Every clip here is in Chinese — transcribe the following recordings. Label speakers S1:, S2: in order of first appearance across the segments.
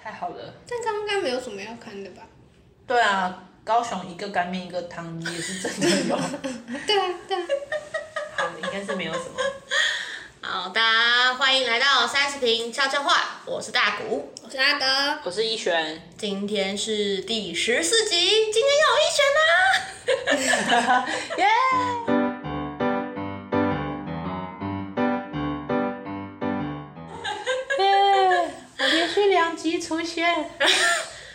S1: 太好了。
S2: 但这样应该没有什么要看的吧？
S1: 对啊，高雄一个干面一个汤也是真的 有。
S2: 对啊，对啊，
S3: 好，应该是没有什么。
S4: 好，大家欢迎来到三十平悄悄话，我是大谷，
S2: 我是阿德，
S3: 我是一璇，
S4: 今天是第十四集，今天又有一选啦、耶、
S3: 我连续两集出现。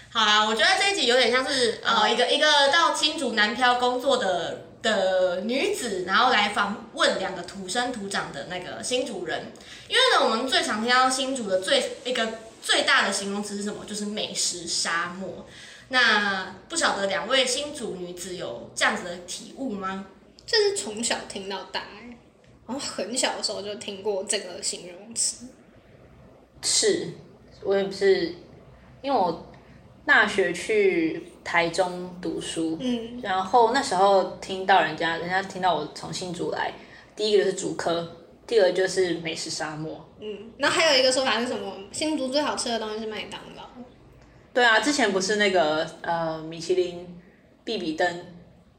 S4: 好啦，我觉得这一集有点像是呃一个一个到青竹南漂工作的的女子，然后来访问两个土生土长的那个新竹人。因为呢，我们最常听到新竹的最一个最大的形容词是什么？就是美食沙漠。那不晓得两位新竹女子有这样子的体悟吗？
S2: 这是从小听到大、欸，然后很小的时候就听过这个形容词。
S3: 是，我也不是，因为我大学去台中读书，
S2: 嗯，
S3: 然后那时候听到人家，人家听到我从新竹来，第一个就是竹科，第二个就是美食沙漠。
S2: 嗯，然后还有一个说法是什么？新竹最好吃的东西是麦当劳。
S3: 对啊，之前不是那个呃米其林必比登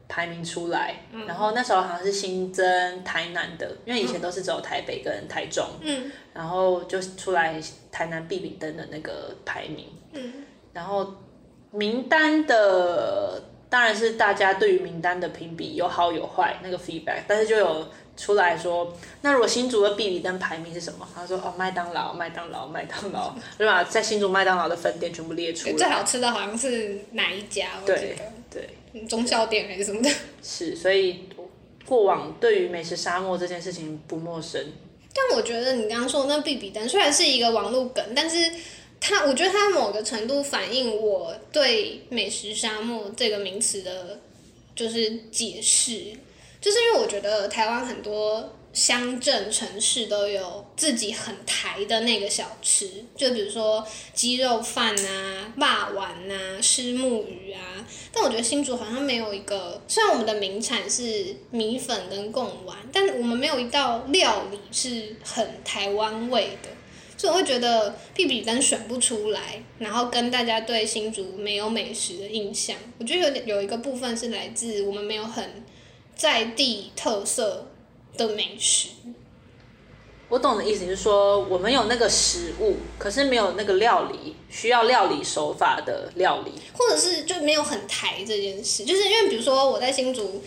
S3: 排名出来，
S2: 嗯
S3: 然后那时候好像是新增台南的，因为以前都是只有台北跟台中，
S2: 嗯
S3: 然后就出来台南必比登的那个排名，
S2: 嗯
S3: 然后名单的当然是大家对于名单的评比有好有坏那个 feedback，但是就有出来说，那如果新竹的必比登排名是什么？他说哦麦当劳，麦当劳，麦当劳， 就把在新竹麦当劳的分店全部列出来。
S2: 最好吃的好像是哪一家？我记
S3: 对
S2: 得
S3: 对
S2: 嗯中小店还是什么的。
S3: 是，所以过往对于美食沙漠这件事情不陌生。
S2: 但我觉得你刚刚说的那 B B 灯虽然是一个网络梗，但是它我觉得它某个程度反映我对“美食沙漠”这个名词的，就是解释，就是因为我觉得台湾很多乡镇城市都有自己很台的那个小吃，就比如说鸡肉饭啊、霸丸啊、虱目鱼啊，但我觉得新竹好像没有一个，虽然我们的名产是米粉跟贡丸，但我们没有一道料理是很台湾味的，所以我会觉得比比灯选不出来，然后跟大家对新竹没有美食的印象，我觉得有点有一个部分是来自我们没有很在地特色的美食，
S3: 我懂的意思是说，我们有那个食物，可是没有那个料理，需要料理手法的料理。
S2: 或者是就没有很台这件事，就是因为比如说我在新竹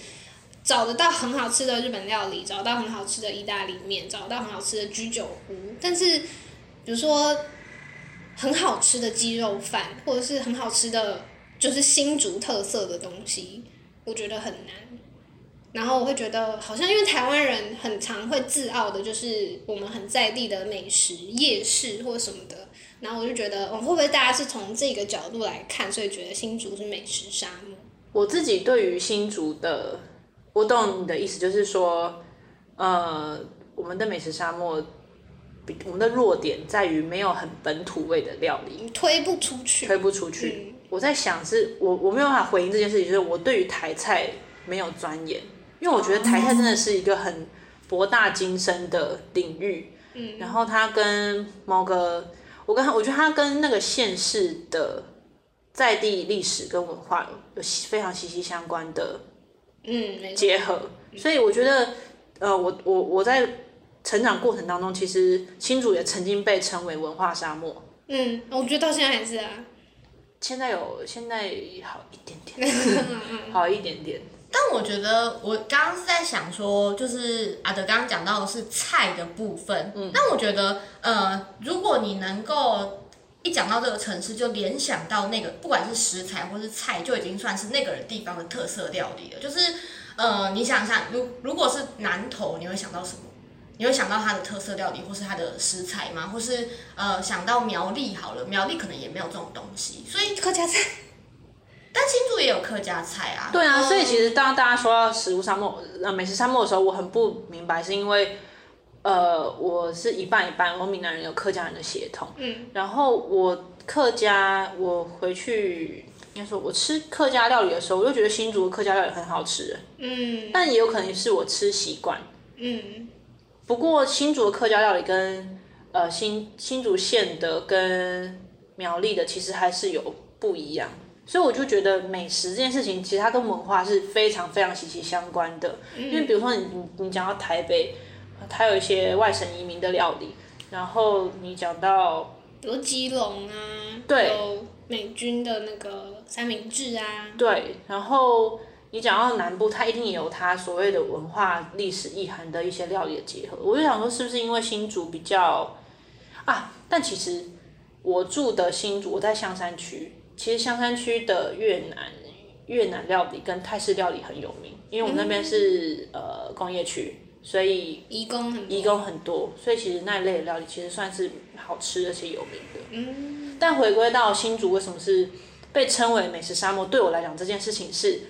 S2: 找得到很好吃的日本料理，找到很好吃的意大利面，找到很好吃的居酒屋，但是比如说很好吃的鸡肉饭，或者是很好吃的就是新竹特色的东西，我觉得很难。然后我会觉得，好像因为台湾人很常会自傲的，就是我们很在地的美食、夜市或什么的。然后我就觉得，哦，会不会大家是从这个角度来看，所以觉得新竹是美食沙漠？
S3: 我自己对于新竹的，我懂你的意思，就是说，呃，我们的美食沙漠，比我们的弱点在于没有很本土味的料理。
S2: 你嗯推不出去，
S3: 推不出去。我在想是，我我没有办法回应这件事情，就是我对于台菜没有钻研，因为我觉得台菜真的是一个很博大精深的领域。嗯，然后它跟某个，我跟它，我觉得它跟那个县市的在地历史跟文化有有非常息息相关的
S2: 嗯，没错，
S3: 结合，所以我觉得，呃，我我我在成长过程当中，其实新竹也曾经被称为文化沙漠，
S2: 嗯，我觉得到现在还是 啊，
S3: 现在有现在好一点点，
S2: 嗯
S3: 好一点点。
S4: 但我觉得我刚刚是在想说，就是阿德刚刚讲到的是菜的部分，嗯，但我觉得呃，如果你能够一讲到这个城市就联想到那个，不管是食材或是菜，就已经算是那个地方的特色料理了。就是呃，你想想，如如果是南投，你会想到什么？你会想到它的特色料理，或是它的食材吗？或是呃，想到苗栗好了，苗栗可能也没有这种东西，所以
S2: 客家菜，
S4: 但新竹也有客家菜啊。
S3: 对啊，所以其实当大家说到食物沙漠、呃美食沙漠的时候，我很不明白，是因为呃我是一半一半，我闽南人有客家人的血统，
S2: 嗯，
S3: 然后我客家我回去。应该说，我吃客家料理的时候，我就觉得新竹的客家料理很好吃，
S2: 嗯
S3: 但也有可能是我吃习惯。
S2: 嗯
S3: 不过新竹的客家料理跟呃新新竹县的跟苗栗的其实还是有不一样。所以我就觉得美食这件事情，其实它跟文化是非常非常息息相关的。因为比如说你你你讲到台北，呃它有一些外省移民的料理，然后你讲到
S2: 比如基隆啊，
S3: 对
S2: 有美军的那个三明治啊，
S3: 对，然后你讲到南部，它一定也有它所谓的文化历史意涵的一些料理的结合。我就想说，是不是因为新竹比较啊？但其实我住的新竹，我在象山区，其实象山区的越南越南料理跟泰式料理很有名，因为我们那边是、呃工业区，所以
S2: 移工很多
S3: 移工很多，所以其实那一类的料理其实算是好吃而且有名的。
S2: 嗯，
S3: 但回归到新竹，为什么是被称为美食沙漠？对我来讲，这件事情是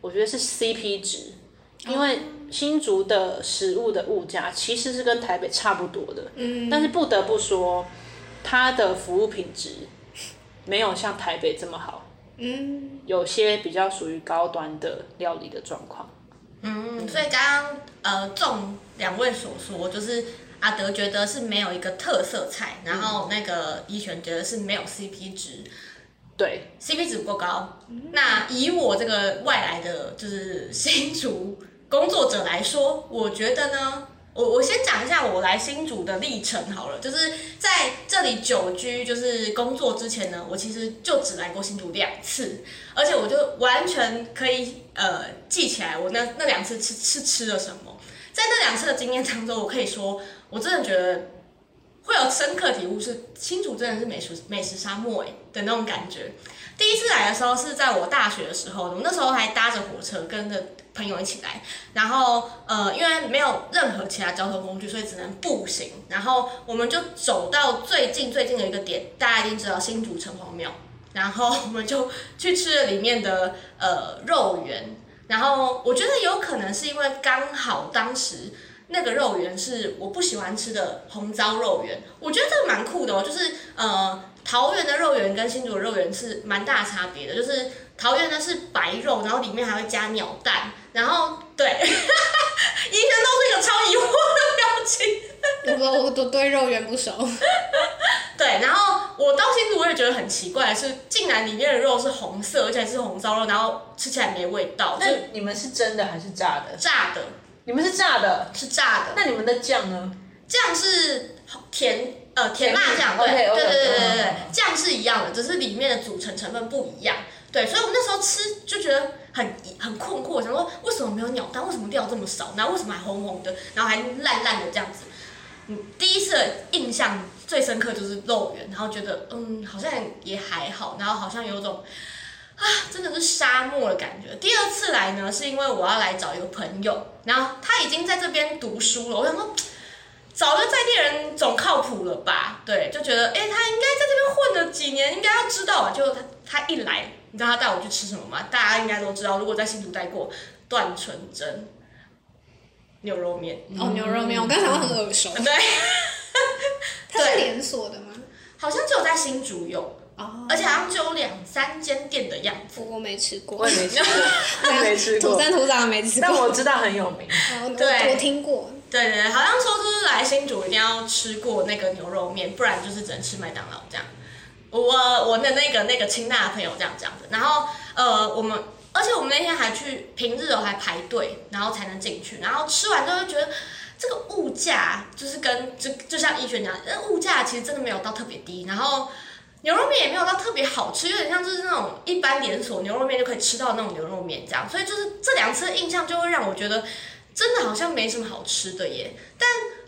S3: 我觉得是 CP 值，
S2: 哦
S3: 因为新竹的食物的物价其实是跟台北差不多的，
S2: 嗯
S3: 但是不得不说，它的服务品质没有像台北这么好，
S2: 嗯，
S3: 有些比较属于高端的料理的状况。
S4: 嗯，所以刚刚呃，中两位所说，就是阿德觉得是没有一个特色菜，然后那个一璇觉得是没有 CP 值
S3: 对，
S4: ，CP 值不够高。那以我这个外来的就是新竹工作者来说，我觉得呢。我我先讲一下我来新竹的历程好了，就是在这里久居，就是工作之前呢，我其实就只来过新竹两次，而且我就完全可以呃记起来我那那两次吃吃吃了什么。在那两次的经验当中，我可以说，我真的觉得会有深刻体悟是，新竹真的是美食美食沙漠哎、的那种感觉。第一次来的时候是在我大学的时候，我那时候还搭着火车跟着朋友一起来，然后呃，因为没有任何其他交通工具，所以只能步行。然后我们就走到最近最近的一个点，大家一定知道新竹城隍庙，然后我们就去吃了里面的呃肉圆。然后我觉得有可能是因为刚好当时那个肉圆是我不喜欢吃的红糟肉圆，我觉得这个蛮酷的哦，就是呃。桃园的肉圆跟新竹的肉圆是蛮大差别的，就是桃园的是白肉，然后里面还会加鸟蛋，然后对， 医生都是一个超疑惑的表情。
S2: 我不我都对肉圆不熟，
S3: 嗯
S4: 对，然后我到新竹我也觉得很奇怪，是竟然里面的肉是红色，而且还是红烧肉，然后吃起来没味道，就
S1: 那你们是真的还是炸的？
S4: 炸的，
S1: 你们是炸的，
S4: 是炸的。
S1: 那你们的酱呢？
S4: 酱是甜呃甜辣酱，对对
S1: OK，OK，
S4: 对对对对对
S1: 嗯嗯，
S4: 酱是一样的，只是里面的组成成分不一样。对，所以我们那时候吃就觉得很很困惑，想说为什么没有鸟蛋，为什么料这么少，然后为什么还红红的，然后还烂烂的这样子。嗯，第一次的印象最深刻就是肉圆，然后觉得嗯好像也还好，然后好像有种啊真的是沙漠的感觉。第二次来呢，是因为我要来找一个朋友，然后他已经在这边读书了。我想说，找一个在地人总靠谱了吧？对，就觉得哎、诶他应该在这边混了几年，应该要知道吧。啊结果他他一来，你知道他带我去吃什么吗？大家应该都知道，如果在新竹待过，段纯真牛肉面，
S2: 哦，牛肉面，我刚才想到很 耳熟，
S4: 对，
S2: 它是连锁的吗？
S4: 好像只有在新竹有，
S2: 哦，
S4: 而且好像只有两三间店的样子。
S2: 我我没吃过，
S3: 我也没吃过， 我也没吃
S2: 土
S3: 过，
S2: 生土长的没吃过，
S3: 但我知道很有名。
S2: 哦我我
S4: 对
S2: 我听过，
S4: 对对对，好像说就是来新竹一定要吃过那个牛肉面，不然就是只能吃麦当劳这样。我我的那个那个清大的朋友这样这样子，然后呃，我们而且我们那天还去平日哦还排队，然后才能进去，然后吃完之后就觉得这个物价就是跟就就像医学讲，那物价其实真的没有到特别低，然后。牛肉面也没有到特别好吃，有点像就是那种一般连锁牛肉面就可以吃到那种牛肉面这样，所以就是这两次的印象就会让我觉得真的好像没什么好吃的耶。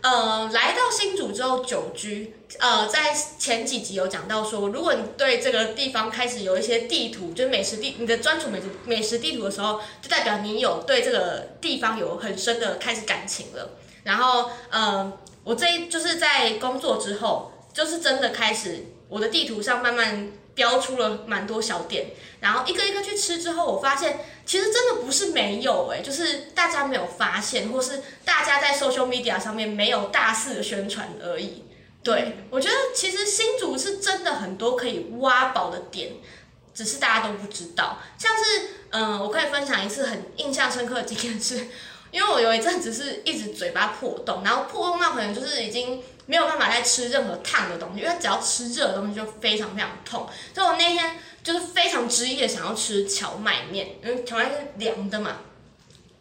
S4: 但呃，来到新竹之后久居，呃，在前几集有讲到说，如果你对这个地方开始有一些地图，就是美食地你的专属美食美食地图的时候，就代表你有对这个地方有很深的开始感情了。然后呃，我这一就是在工作之后，就是真的开始我的地图上慢慢标出了蛮多小点，然后一个一个去吃之后，我发现其实真的不是没有哎、就是大家没有发现，或是大家在 social media 上面没有大肆的宣传而已。对，我觉得其实新竹是真的很多可以挖宝的点，只是大家都不知道。像是，嗯、我可以分享一次很印象深刻的经验是，因为我有一阵子是一直嘴巴破洞，然后破洞到可能就是已经没有办法再吃任何烫的东西，因为只要吃热的东西就非常非常痛。所以我那天就是非常执意的想要吃荞麦面，因为荞麦是凉的嘛。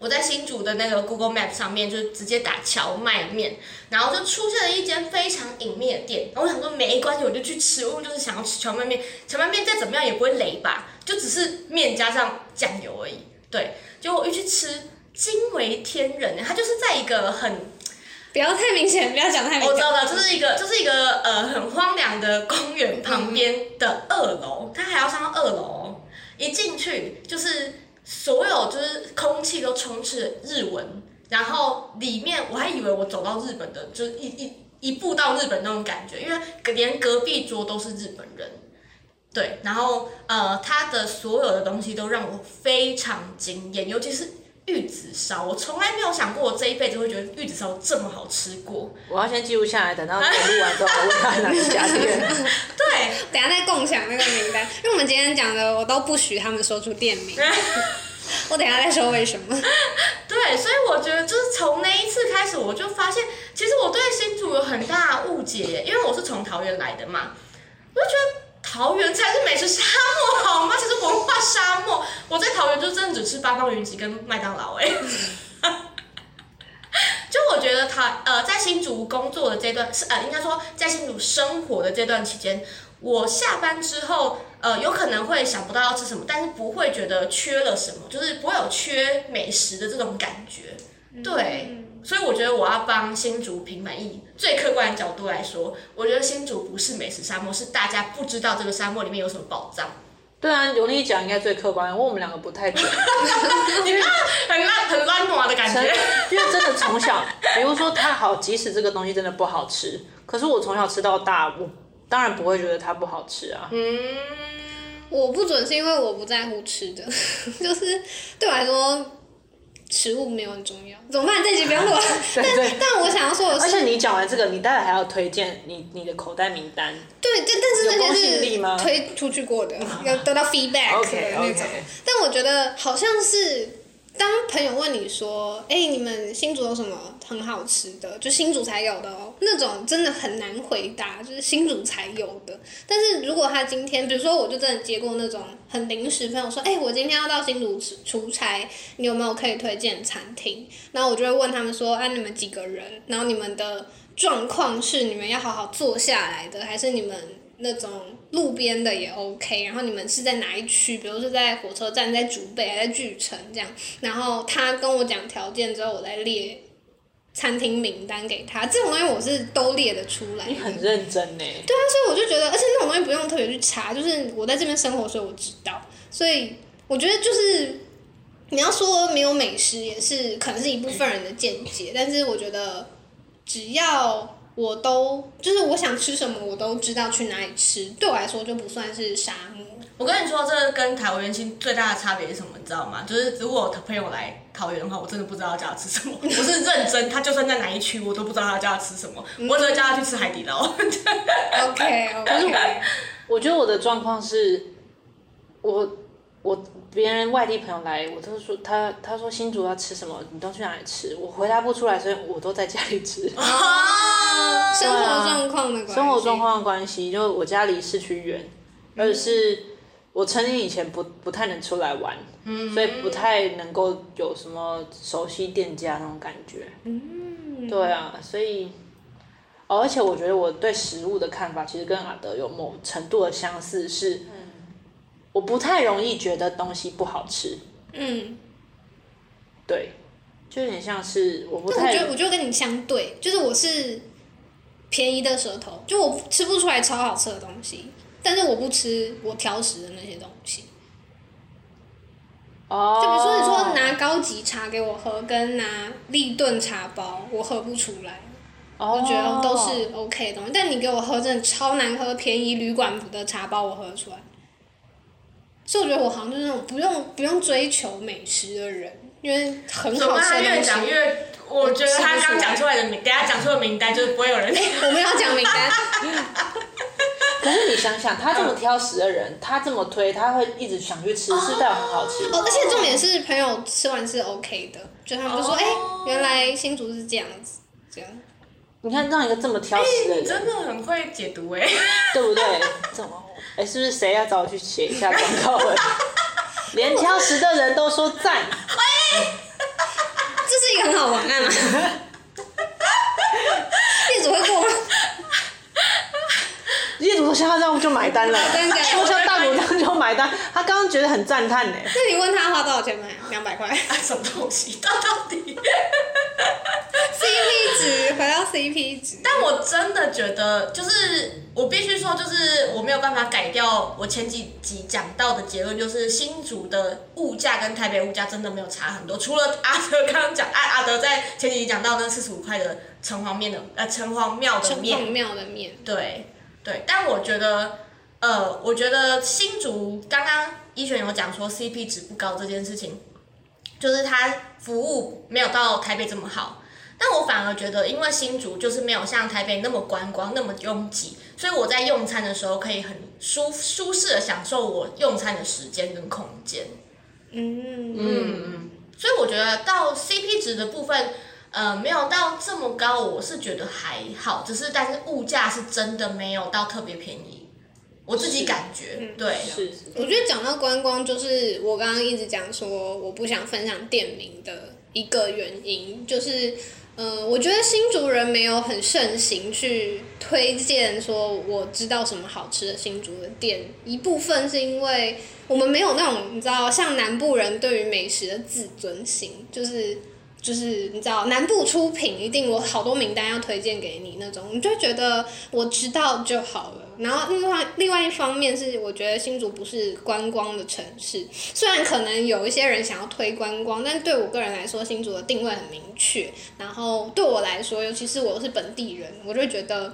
S4: 我在新竹的那个 Google Map 上面就直接打荞麦面，然后就出现了一间非常隐秘的店。然后我想说没关系，我就去吃，我就是想要吃荞麦面。荞麦面再怎么样也不会雷吧，就只是面加上酱油而已。对，结果我一去吃，惊为天人，欸它就是在一个很
S2: 不要太明显，不要讲太
S4: 我
S2: 明
S4: 知
S2: 显。
S4: 道的，就是一个就是一个呃很荒凉的公园旁边的二楼，它还要上到二楼哦，一进去就是所有就是空气都充斥着日文，然后里面我还以为我走到日本的，就是一一一步到日本那种感觉，因为连隔壁桌都是日本人。对，然后呃，它的所有的东西都让我非常惊艳，尤其是玉子烧，我从来没有想过我这一辈子会觉得玉子烧这么好吃过。
S3: 我要先记录下来，等到我录完之后我问他哪一家店。
S4: 对，
S2: 等一下再共享那个名单，因为我们今天讲的我都不许他们说出店 名，我等一下再说为什么。
S4: 对，所以我觉得就是从那一次开始，我就发现其实我对新竹有很大的误解，因为我是从桃园来的嘛，我就觉得桃园才是美食沙漠好吗？其实文化沙漠，我在桃园就真的只吃八方云集跟麦当劳哎、欸 就我觉得他呃，在新竹工作的这段是呃，应该说在新竹生活的这段期间，我下班之后，呃，有可能会想不到要吃什么，但是不会觉得缺了什么，就是不会有缺美食的这种感觉。对，所以我觉得我要帮新竹平满意，最客观的角度来说，我觉得新竹不是美食沙漠，是大家不知道这个沙漠里面有什么宝藏。
S3: 对啊，刘丽讲应该最客观，因为我们两个不太懂。
S4: 很烂很烂暖的感
S3: 真
S4: 觉。
S3: 因为真的从小，比如说它好，即使这个东西真的不好吃，可是我从小吃到大，我当然不会觉得它不好吃啊。
S2: 我不准是因为我不在乎吃的，就是对我来说，食物没有很重要。怎么办？这集不用录了。但
S3: 对
S2: 但我想要说的
S3: 而
S2: 是，
S3: 且你讲完这个，你待会还要推荐你你的口袋名单。
S2: 对，但但是
S3: 有
S2: 那
S3: 公信力吗
S2: 些是推出去过的，要得到 feedback 的
S3: OK
S2: 那种
S3: OK。。
S2: 但我觉得好像是当朋友问你说：“哎、你们新竹有什么很好吃的？就新竹才有的哦。”那种真的很难回答，就是新竹才有的。但是如果他今天，比如说我就真的接过那种很临时朋友说：“哎、我今天要到新竹出出差，你有没有可以推荐餐厅？”然后我就会问他们说：“啊，你们几个人？然后你们的状况是你们要好好坐下来的，还是你们那种路边的也 OK？然后你们是在哪一区？比如是在火车站、在竹北、还在巨城这样。然后他跟我讲条件之后，我再列餐厅名单给他。这种东西我是都列得出来的。
S3: 你很认 真呢，
S2: 对啊，所以我就觉得，而且那种东西不用特别去查，就是我在这边生活，所以我知道。所以我觉得就是你要说没有美食，也是可能是一部分人的见解，但是我觉得只要我都就是我想吃什么，我都知道去哪里吃，对我来说就不算是沙漠。
S4: 我跟你说，这跟桃园新最大的差别是什么？你知道吗？就是如果我朋友来桃园的话，我真的不知道他叫他吃什么。我是认真，他就算在哪一区，我都不知道他叫他吃什么。我只会叫他去吃海底捞。
S2: OK OK，
S3: 我觉得我的状况是，我我别人外地朋友来，我都说他他说新竹要吃什么，你都去哪里吃，我回答不出来，所以我都在家里吃。
S2: 生活状况的关系，
S3: 生活状况的关系，就我家离市区远，
S2: 嗯
S3: 而且是我成年以前不不太能出来玩，
S2: 嗯
S3: 所以不太能够有什么熟悉店家那种感觉。
S2: 嗯
S3: 对啊，所以。哦，而且我觉得我对食物的看法其实跟阿德有某程度的相似是，
S2: 嗯
S3: 我不太容易觉得东西不好吃，
S2: 嗯。
S3: 对，就有点像是我不
S2: 但我
S3: 太
S2: 觉得我就跟你相对，就是我是便宜的舌头，就我吃不出来超好吃的东西，但是我不吃我挑食的那些东西。
S3: 哦，
S2: 就比如说你
S4: 哦
S2: 说拿高级茶给我喝，跟拿立顿茶包，我喝不出来，
S3: 哦，
S2: 我觉得都是
S4: 哦
S2: OK 的东西。但你给我喝真的超难喝，便宜旅馆的茶包我喝得出来。所以我觉得我好像就是那种不用不用追求美食的人，因为很
S4: 怎
S2: 好
S4: 么
S2: 吃
S4: 他
S2: 的
S4: 越
S2: 东
S4: 讲
S2: 西。
S4: 越？我觉得他刚讲出来的名，等一下讲出的名单就是不会有人。
S2: 我们要讲名单，
S3: 可是你想想，他这么挑食的人，他这么推，他会一直想去吃，是代表很好吃。
S2: 哦，而且重点是朋友吃完是 OK 的，就他们就说，
S4: 哦
S2: 哎、原来新竹是这样子，这样。
S3: 你看让一个这么挑食 的
S4: 你
S3: 人，
S4: 哎真的很会解读 哎、
S3: 对不对？怎么？哎，是不是谁要找我去写一下广告 文？连挑食的人都说赞，
S2: 这是一个很好文 案嘛？业主会过吗？
S3: 业主说像他这样就买单了，
S2: 真的
S3: 说像大乳这样就买单，他刚刚觉得很赞叹呢。
S2: 那你问他花多少钱买？两百块
S4: 啊，什么东西？到到底？
S2: ，CP 值回到 CP 值。
S4: 但我真的觉得，就是我必须说，就是我没有办法改掉我前几集讲到的结论，就是新竹的物价跟台北物价真的没有差很多。除了阿德刚刚讲，啊阿阿德在前几集讲到那四十五块的城隍面的呃城隍庙的
S2: 冲
S4: 面
S2: 动庙的面，
S4: 对对，但我觉得，呃，我觉得新竹刚刚一璇有讲说 CP 值不高这件事情，就是它服务没有到台北这么好。但我反而觉得，因为新竹就是没有像台北那么观光、那么拥挤，所以我在用餐的时候可以很舒舒适的享受我用餐的时间跟空间。
S2: 嗯，
S4: 所以我觉得到 CP 值的部分，呃，没有到这么高，我是觉得还好。只是但是物价是真的没有到特别便宜，我自己感觉对。
S3: 是是
S2: 我觉得讲到观光，就是我刚刚一直讲说我不想分享店名的一个原因，就是。呃，我觉得新竹人没有很盛行去推荐说我知道什么好吃的新竹的店，一部分是因为我们没有那种你知道像南部人对于美食的自尊心，就是就是你知道南部出品一定我好多名单要推荐给你那种，你就会觉得我知道就好了。然后另外另外一方面是，我觉得新竹不是观光的城市，虽然可能有一些人想要推观光，但对我个人来说，新竹的定位很明确。然后对我来说，尤其是我是本地人，我就会觉得。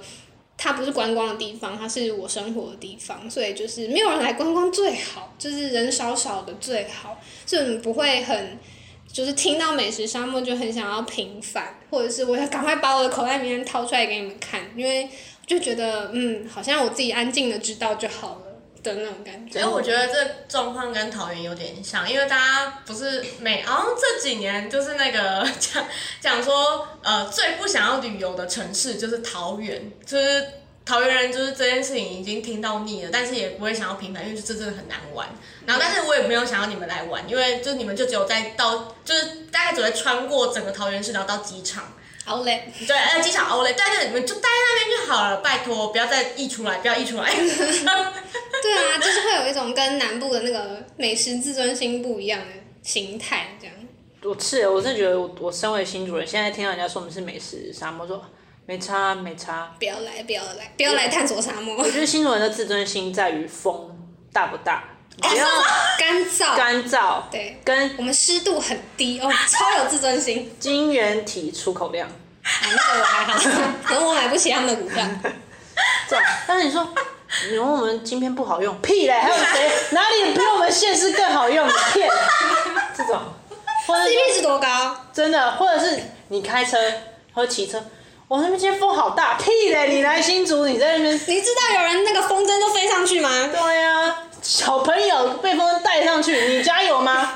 S2: 它不是观光的地方，它是我生活的地方，所以就是没有人来观光最好，就是人少少的最好，所以你不会很就是听到美食沙漠就很想要平反，或者是我要赶快把我的口袋名单掏出来给你们看，因为就觉得嗯，好像我自己安静的知道就好了的那种感觉。
S4: 所以我觉得这状况跟桃园有点像，因为大家不是每好像这几年就是那个讲讲说，呃，最不想要旅游的城市就是桃园，就是桃园人就是这件事情已经听到腻了，但是也不会想要平凡，因为这真的很难玩。然后，但是我也没有想要你们来玩，因为就你们就只有在到就是大概只会穿过整个桃园市，然后到机场。
S2: 好嘞，
S4: 对，呃，机场 o l 但是你们就待在那边就好了，拜托，不要再溢出来，不要溢出来。
S2: 对啊，就是会有一种跟南部的那个美食自尊心不一样的心态，这样。
S3: 我是，我真的觉得我我身为新主人，现在听到人家说我们是美食沙漠，我说没差没差。
S2: 不要来，不要来，不要来探索沙漠
S3: 我，觉得新主人的自尊心在于风大不大，不要
S2: 干 燥。
S3: 干燥，
S2: 对，
S3: 跟
S2: 我们湿度很低哦，超有自尊心。
S3: 晶圆体出口量
S2: 啊，那个我还好，可能我买不起他们的股票。
S3: 这样。但是你说，你问我们晶片不好用，屁嘞，还有谁 哪里比我们现实更好用？骗 这种，或者是
S2: CP 值多高？
S3: 真的，或者是你开车或骑车，我那边今天风好大，屁嘞，你来新竹，你在那边
S2: 你知道有人那个风筝都飞上去吗？
S3: 对呀、小朋友被风筝带上去，你加油 吗？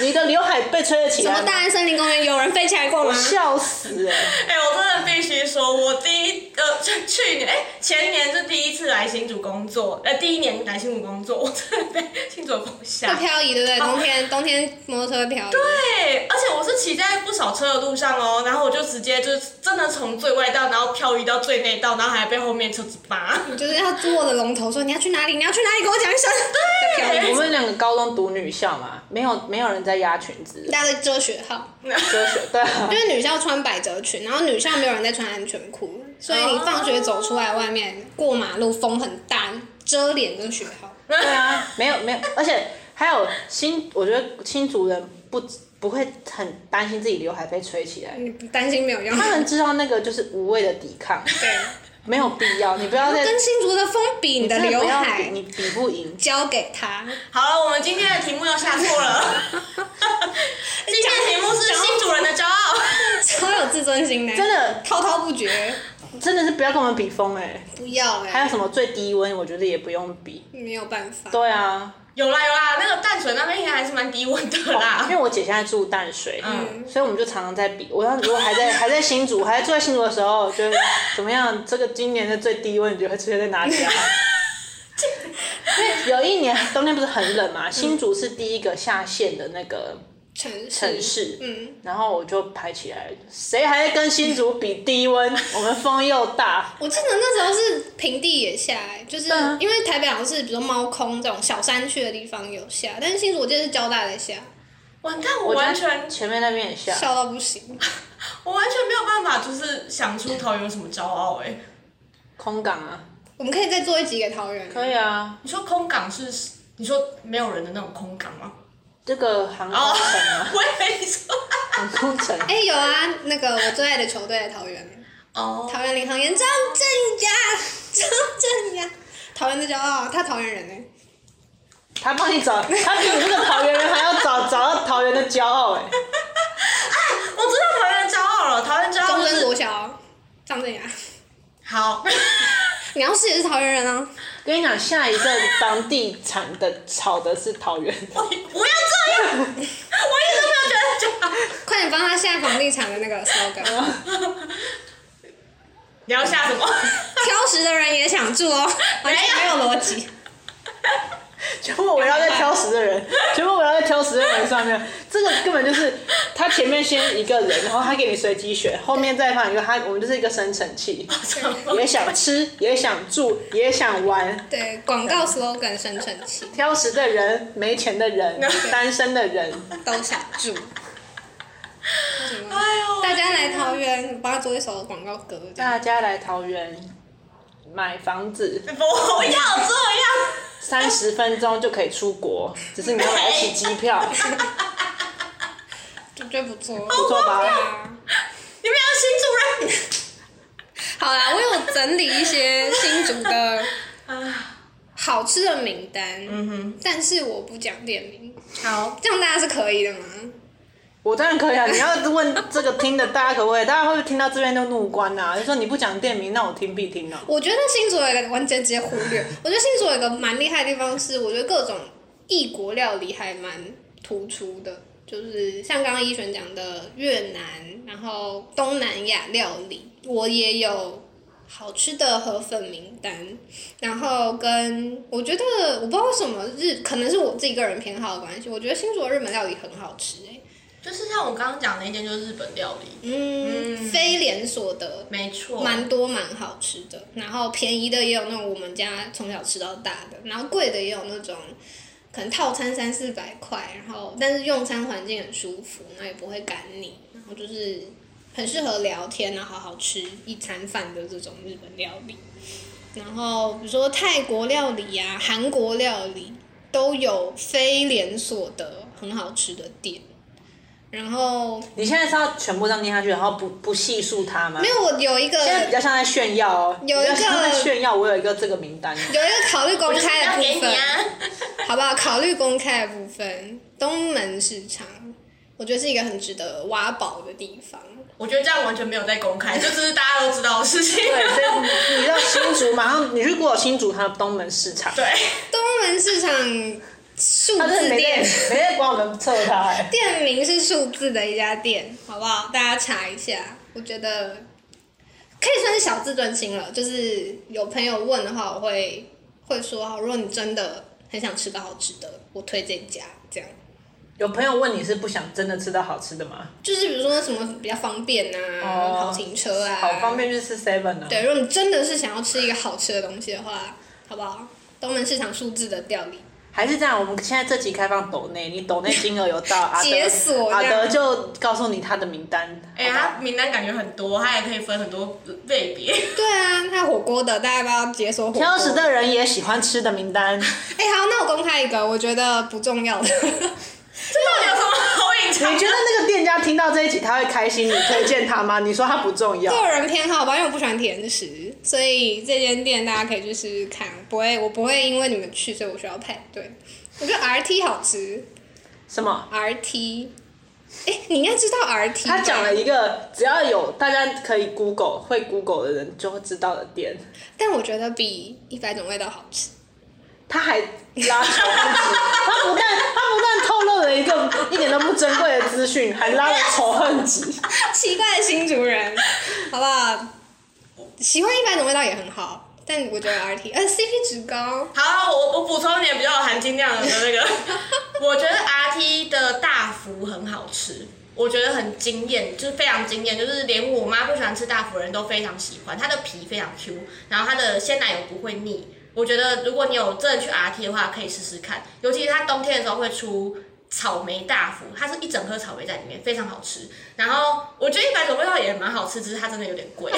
S3: 你的刘海被吹了起
S2: 什
S3: 来
S2: 么
S3: 吗，
S2: 大安森林公园有人飞起来过
S3: 我
S2: 吗？
S3: 笑 死哎、欸！
S4: 哎、我真的必须说，我第一呃去 去年哎、前年是第一次来新竹工作，呃第一年来新竹工作，我 真的被新竹风
S2: 会
S4: 吓。
S2: 漂移，对不对？冬天冬天摩托车会漂移。
S4: 对，而且我是骑在不少车的路上哦，然后我就直接就是真的从最外道，然后漂移到最内道，然后还被后面车子扒。
S2: 你就是要捉我的龙头，说你要去哪里，你要去哪里，跟我讲一声。对，漂移。
S3: 我们两个高中读女校嘛，没有没有人在压裙子，
S2: 大家在遮学号，
S3: 遮学对啊
S2: 因，为女校穿百褶裙，然后女校没有人在穿安全裤，所以你放学走出来外面过马路，风很大，遮脸跟学号。
S3: 对啊，没有没有，而且还有新，我觉得新族人不不会很担心自己刘海被吹起来，
S2: 你不担心没有用。
S3: 他们知道那个就是无谓的抵抗，
S2: 对，
S3: 没有必要，你不要再
S2: 跟新竹的风比，你的
S3: 真不
S2: 刘
S3: 要
S2: 海
S3: 你比不赢。
S2: 交给他。
S4: 好了，我们今天的题目要下错了， 今天的题目是新主人的骄傲。
S2: 超有自尊心的，
S3: 真的
S2: 滔滔不绝。
S3: 真的是不要跟我们比风哎、
S2: 不要哎、
S3: 还有什么最低温，我觉得也不用比。
S2: 没有办法。
S3: 对啊，
S4: 有啦有啦，那个淡水那边应该还是蛮低温的啦
S3: 哦因。为我姐现在住淡水，
S4: 嗯
S3: 所以我们就常常在比。我要如果还在还在新竹，还在住在新竹的时候，就会怎么样？这个今年的最低温，你觉得会出现在哪里啊？因为有一年冬天不是很冷嘛，新竹是第一个下线的那个
S2: 城市
S3: 城市，
S2: 嗯，
S3: 然后我就排起来，谁还在跟新竹比低温？我们风又大，
S2: 我记得那时候是平地也下、欸，就是
S3: 啊
S2: 因为台北好像是比如说猫空这种小山区的地方有下，但是新竹我记得是交大在下，
S4: 完蛋，
S3: 我
S4: 我
S3: 觉得
S4: 完全
S3: 前面那边也下，
S2: 笑到不行。
S4: 我完全没有办法，就是想出桃园有什么骄傲哎、
S3: 空港啊，
S2: 我们可以再做一集给桃园，
S3: 可以啊，
S4: 你说空港是你说没有人的那种空港吗？
S3: 这个航空
S4: 哦
S3: 城啊，，
S4: 我以为你说
S3: 航空城，
S2: 哎、有啊，那个我最爱的球队在桃园，
S4: 哦，
S2: 桃园领航员张镇雅，张镇雅，桃园的骄傲，他桃园人呢、
S3: 他帮你找，他比你这个桃园人还要找找到桃园的骄傲哎、
S4: 我知道桃园的骄傲了，桃园骄傲
S2: 中
S4: 就
S2: 正国
S4: 是
S2: 小，张镇雅，
S4: 好，
S2: 你要是也是桃园人啊，
S3: 跟你讲，下一个房地产的炒的是桃园，
S4: 我不要这样，我一直都没有觉得骄傲。
S2: 快点帮他下房地产的那个 slogan，
S3: 哦
S4: 你要下什么？
S2: 挑食的人也想 住哦，完全没有逻辑。
S3: 全部围绕在挑食的人， 全部围绕在挑食的人上面，这个根本就是他前面先一个人，然后他给你随机 选，后面再放一个他，我们就是一个生成 器，
S4: 哎
S3: 也想吃，也想住，也想玩。
S2: 对，广告 slogan 生成器
S3: 挑食的人，没钱的 人，单身的人，
S2: 都想住。
S4: 哎呦，
S2: 大家来桃园，我帮他做一首广告歌，这样
S3: 大家来桃园买房子，
S4: 不要这
S3: 三十分钟就可以出 国，只是你要买得起机票，
S2: 我觉得不错。
S3: 不错吧？
S2: 啊
S4: 样，你们要新主
S2: 好啦，我有整理一些新竹的
S4: 任 啊，
S2: 好吃的名单，
S4: 嗯
S2: 但是我不讲店名，
S4: 哼，好，
S2: 这样大家是可以的吗？
S3: 我当然可以啊！你要问这个听的大家可不可以？大家会不会听到这边就怒关啊？就说你不讲店名，那我听必听哦、
S2: 我觉得新竹有一个完全直接忽略， 我觉得新竹有一个蛮厉害的地方是，我觉得各种异国料理还蛮突出的，就是像刚刚一璇讲的越南，然后东南亚料理，我也有好吃的河粉名单，然后跟我觉得我不知道为什么日，可能是我自己个人偏好的关系，我觉得新竹的日本料理很好吃、欸、
S4: 就是像我刚刚讲的那间，就是日本料理，
S2: 嗯，非连锁的
S4: 没错，
S2: 蛮多蛮好吃的，然后便宜的也有那种我们家从小吃到大的，然后贵的也有那种可能套餐三四百块，然后但是用餐环境很舒服，那也不会赶你，然后就是很适合聊天，然后好好吃一餐饭的这种日本料理。然后比如说泰国料理啊、韩国料理都有非连锁的很好吃的店，然后
S3: 你现在是要全部这样念下去，然后不不细数它吗？
S2: 没有我有一个。
S3: 现在比较像在炫耀哦、
S2: 有一个
S3: 比较像在炫耀，我有一个这个名单。
S2: 有一个考虑公
S4: 我就是
S2: 开
S4: 要
S2: 的
S4: 给
S2: 部
S4: 你
S2: 分，
S4: 啊，
S2: 好不好？考虑公开的部分，东门市场，我觉得是一个很值得挖宝的地方。
S4: 我觉得这样完全没有在公开，就只是大家都知道的事情，
S3: 对，所以你到新竹，马上你去过新竹，它的东门市场，
S4: 对，
S2: 东门市场数
S3: 它真
S2: 字
S3: 的没在
S2: 店，
S3: 没在管我们测它、哎
S2: 店名是数字的一家店，好不好？大家查一下，我觉得可以算是小自尊心了。就是有朋友问的话，我会会说哦好，如果你真的很想吃个好吃的，我推这家这样。
S3: 有朋友问你是不想真的吃到好吃的吗？
S2: 就是比如说什么比较方便啊，
S3: 哦
S2: 好停车啊，
S3: 好方便去吃 seven 啊呢、
S2: 对，如果你真的是想要吃一个好吃的东西的话，好不好？东门市场数字的调理，
S3: 还是这样，我们现在这集开放抖内，你抖内金额有 到阿德，
S2: 解锁
S3: 阿
S2: 这样
S3: 德就告诉你他的名单。
S4: 哎、
S3: 好不好
S4: 他名单感觉很多，他也可以分很多类别，
S2: 对啊，它火锅的，大家要不要解锁火锅？
S3: 挑食的人也喜欢吃的名 单，你
S2: 哎、好，那我公开一个，我觉得不重要的，
S4: 到底有什么好隐藏？
S3: 觉得那个店家听到这一集他会开心？你推荐他吗？你说他不重 要，
S2: 个人偏好吧，因为我不喜欢甜食，所以这间店大家可以去试试看，不会，我不会因为你们去，所以我需要排队。我觉得 RT 好吃
S3: 什么？
S2: ，RT 哎，你应该知道 RT 吧。
S3: 他讲了一个只要有大家可以 Google 会 Google 的人就会知道的店，
S2: 但我觉得比一百种味道好吃。
S3: 他还拉长自 己，他不但他不但透露了一个一点都不珍贵的资讯，还拉了仇恨值。
S2: 奇怪的新族人，好不好？喜欢一百种味道也很好，但我觉得 RT，呃，CP 值高。
S4: 好，我我补充一点比较有含金量的那 个，我觉得 RT 的大福很好吃，我觉得很惊艳，就是非常惊艳，就是连我妈不喜欢吃大福的人都非常喜欢，它的皮非常 Q，然后它的鲜奶油不会腻。我觉得如果你有真的去 RT 的话，可以试试看，尤其是它冬天的时候会出。草莓大福，它是一整颗草莓在里面，非常好吃。然后我觉得一百种味道也蛮好吃，只是它真的有点 贵。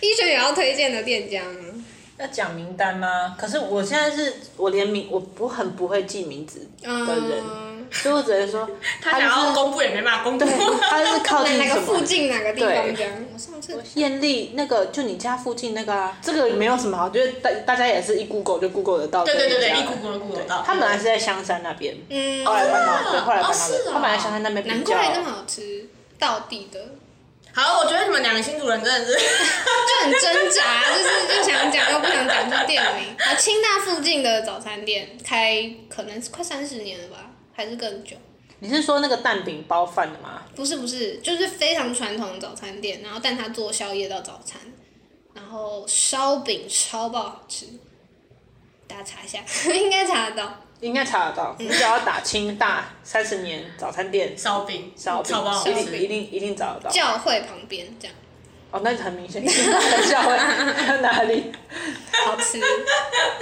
S2: 医生也要推荐的店家吗？
S1: 要讲名单吗？
S3: 可是我现在是我连名我我很不会记名字的人，
S2: 嗯，
S3: 所以我只能说
S4: 他想要公布也没办法公布。
S3: 他就是靠
S2: 哪
S3: 近
S2: 哪
S3: 什
S2: 个附
S3: 么。
S2: 近哪个地方
S3: 对
S2: 这样？我上次
S3: 艳丽那个就你家附近那个啊，这个没有什么好，觉得大大家也是一 Google 就 Google 得到。
S4: 对对对对，一
S3: 家
S4: Google Google 到。
S3: 他本来是在香山那边，
S2: 嗯，
S3: 后来搬到
S4: 哦
S3: 对，后来搬
S4: 哦
S3: 到
S4: 是哦
S3: 他本来香山那边
S2: 难
S3: 比较
S2: 怪那么好吃，到底的。
S4: 好，我觉得你们两个新主人真的 是
S2: 就很挣扎，就是又想讲又不想讲，就店名。啊，清大附近的早餐店开可能是快三十年了吧，还是更久？
S3: 你是说那个蛋饼包饭的吗？
S2: 不是不是，就是非常传统的早餐店，然后但它做宵夜到早餐，然后烧饼烧爆好吃，大家查一下， 应该查得到。
S3: 应该查得到，
S4: 嗯
S3: 你只要打清大三十年早餐店
S4: 烧饼，
S3: 烧饼
S4: 嗯超不好，
S3: 一
S4: 吃。
S3: 定一定一定找得到。
S2: 教会旁边这样，
S3: 哦，那很明显，清大的教会还有哪里？
S2: 好吃。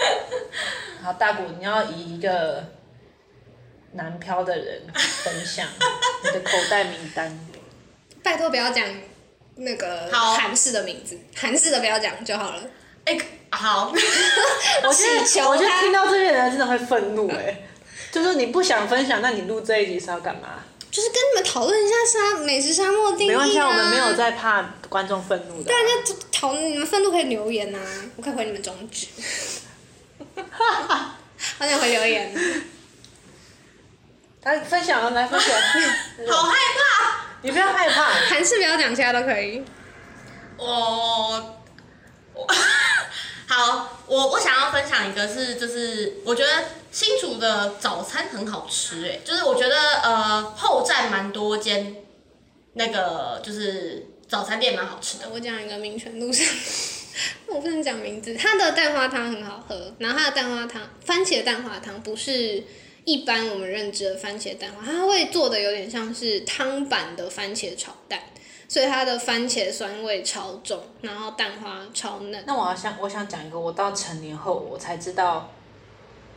S1: 好，大谷，你要以一个南漂的人分享
S3: 你的口袋名单，
S2: 拜托不要讲那个
S4: 好
S2: 韩式的名字，韩式的不要讲就好了。
S4: 哎、 好，
S3: 我觉
S2: 祈
S3: 得
S2: 求
S3: 我觉得
S2: 他
S3: 听到这边的人真的会愤怒哎、就是你不想分享，那你录这一集是要干嘛？
S2: 就是跟你们讨论一下沙美食沙漠的定义、啊。
S3: 没关系，啊，我们没有在怕观众愤怒的啊。
S2: 大家讨你们愤怒可以留言呐、我可以回你们中指。 好想回留言，
S3: 来分享啊，来分享，
S4: 好害怕。
S3: 你不要害怕。
S2: 韩式不要讲，其他都可以。
S4: 我我 好，我我想要分享一个是，就是我觉得新竹的早餐很好吃、哎，就是我觉得呃后站蛮多间那个就是早餐店蛮好吃的。
S2: 我讲一个民权路上， 我不能讲名字。它的蛋花汤很好喝，然后它的蛋花汤，番茄蛋花汤不是一般我们认知的番茄蛋花，它会做的有点像是汤版的番茄炒蛋，所以它的番茄酸味超重，然后蛋花超嫩。
S3: 那我好像我想讲一个，我到成年后我才知道，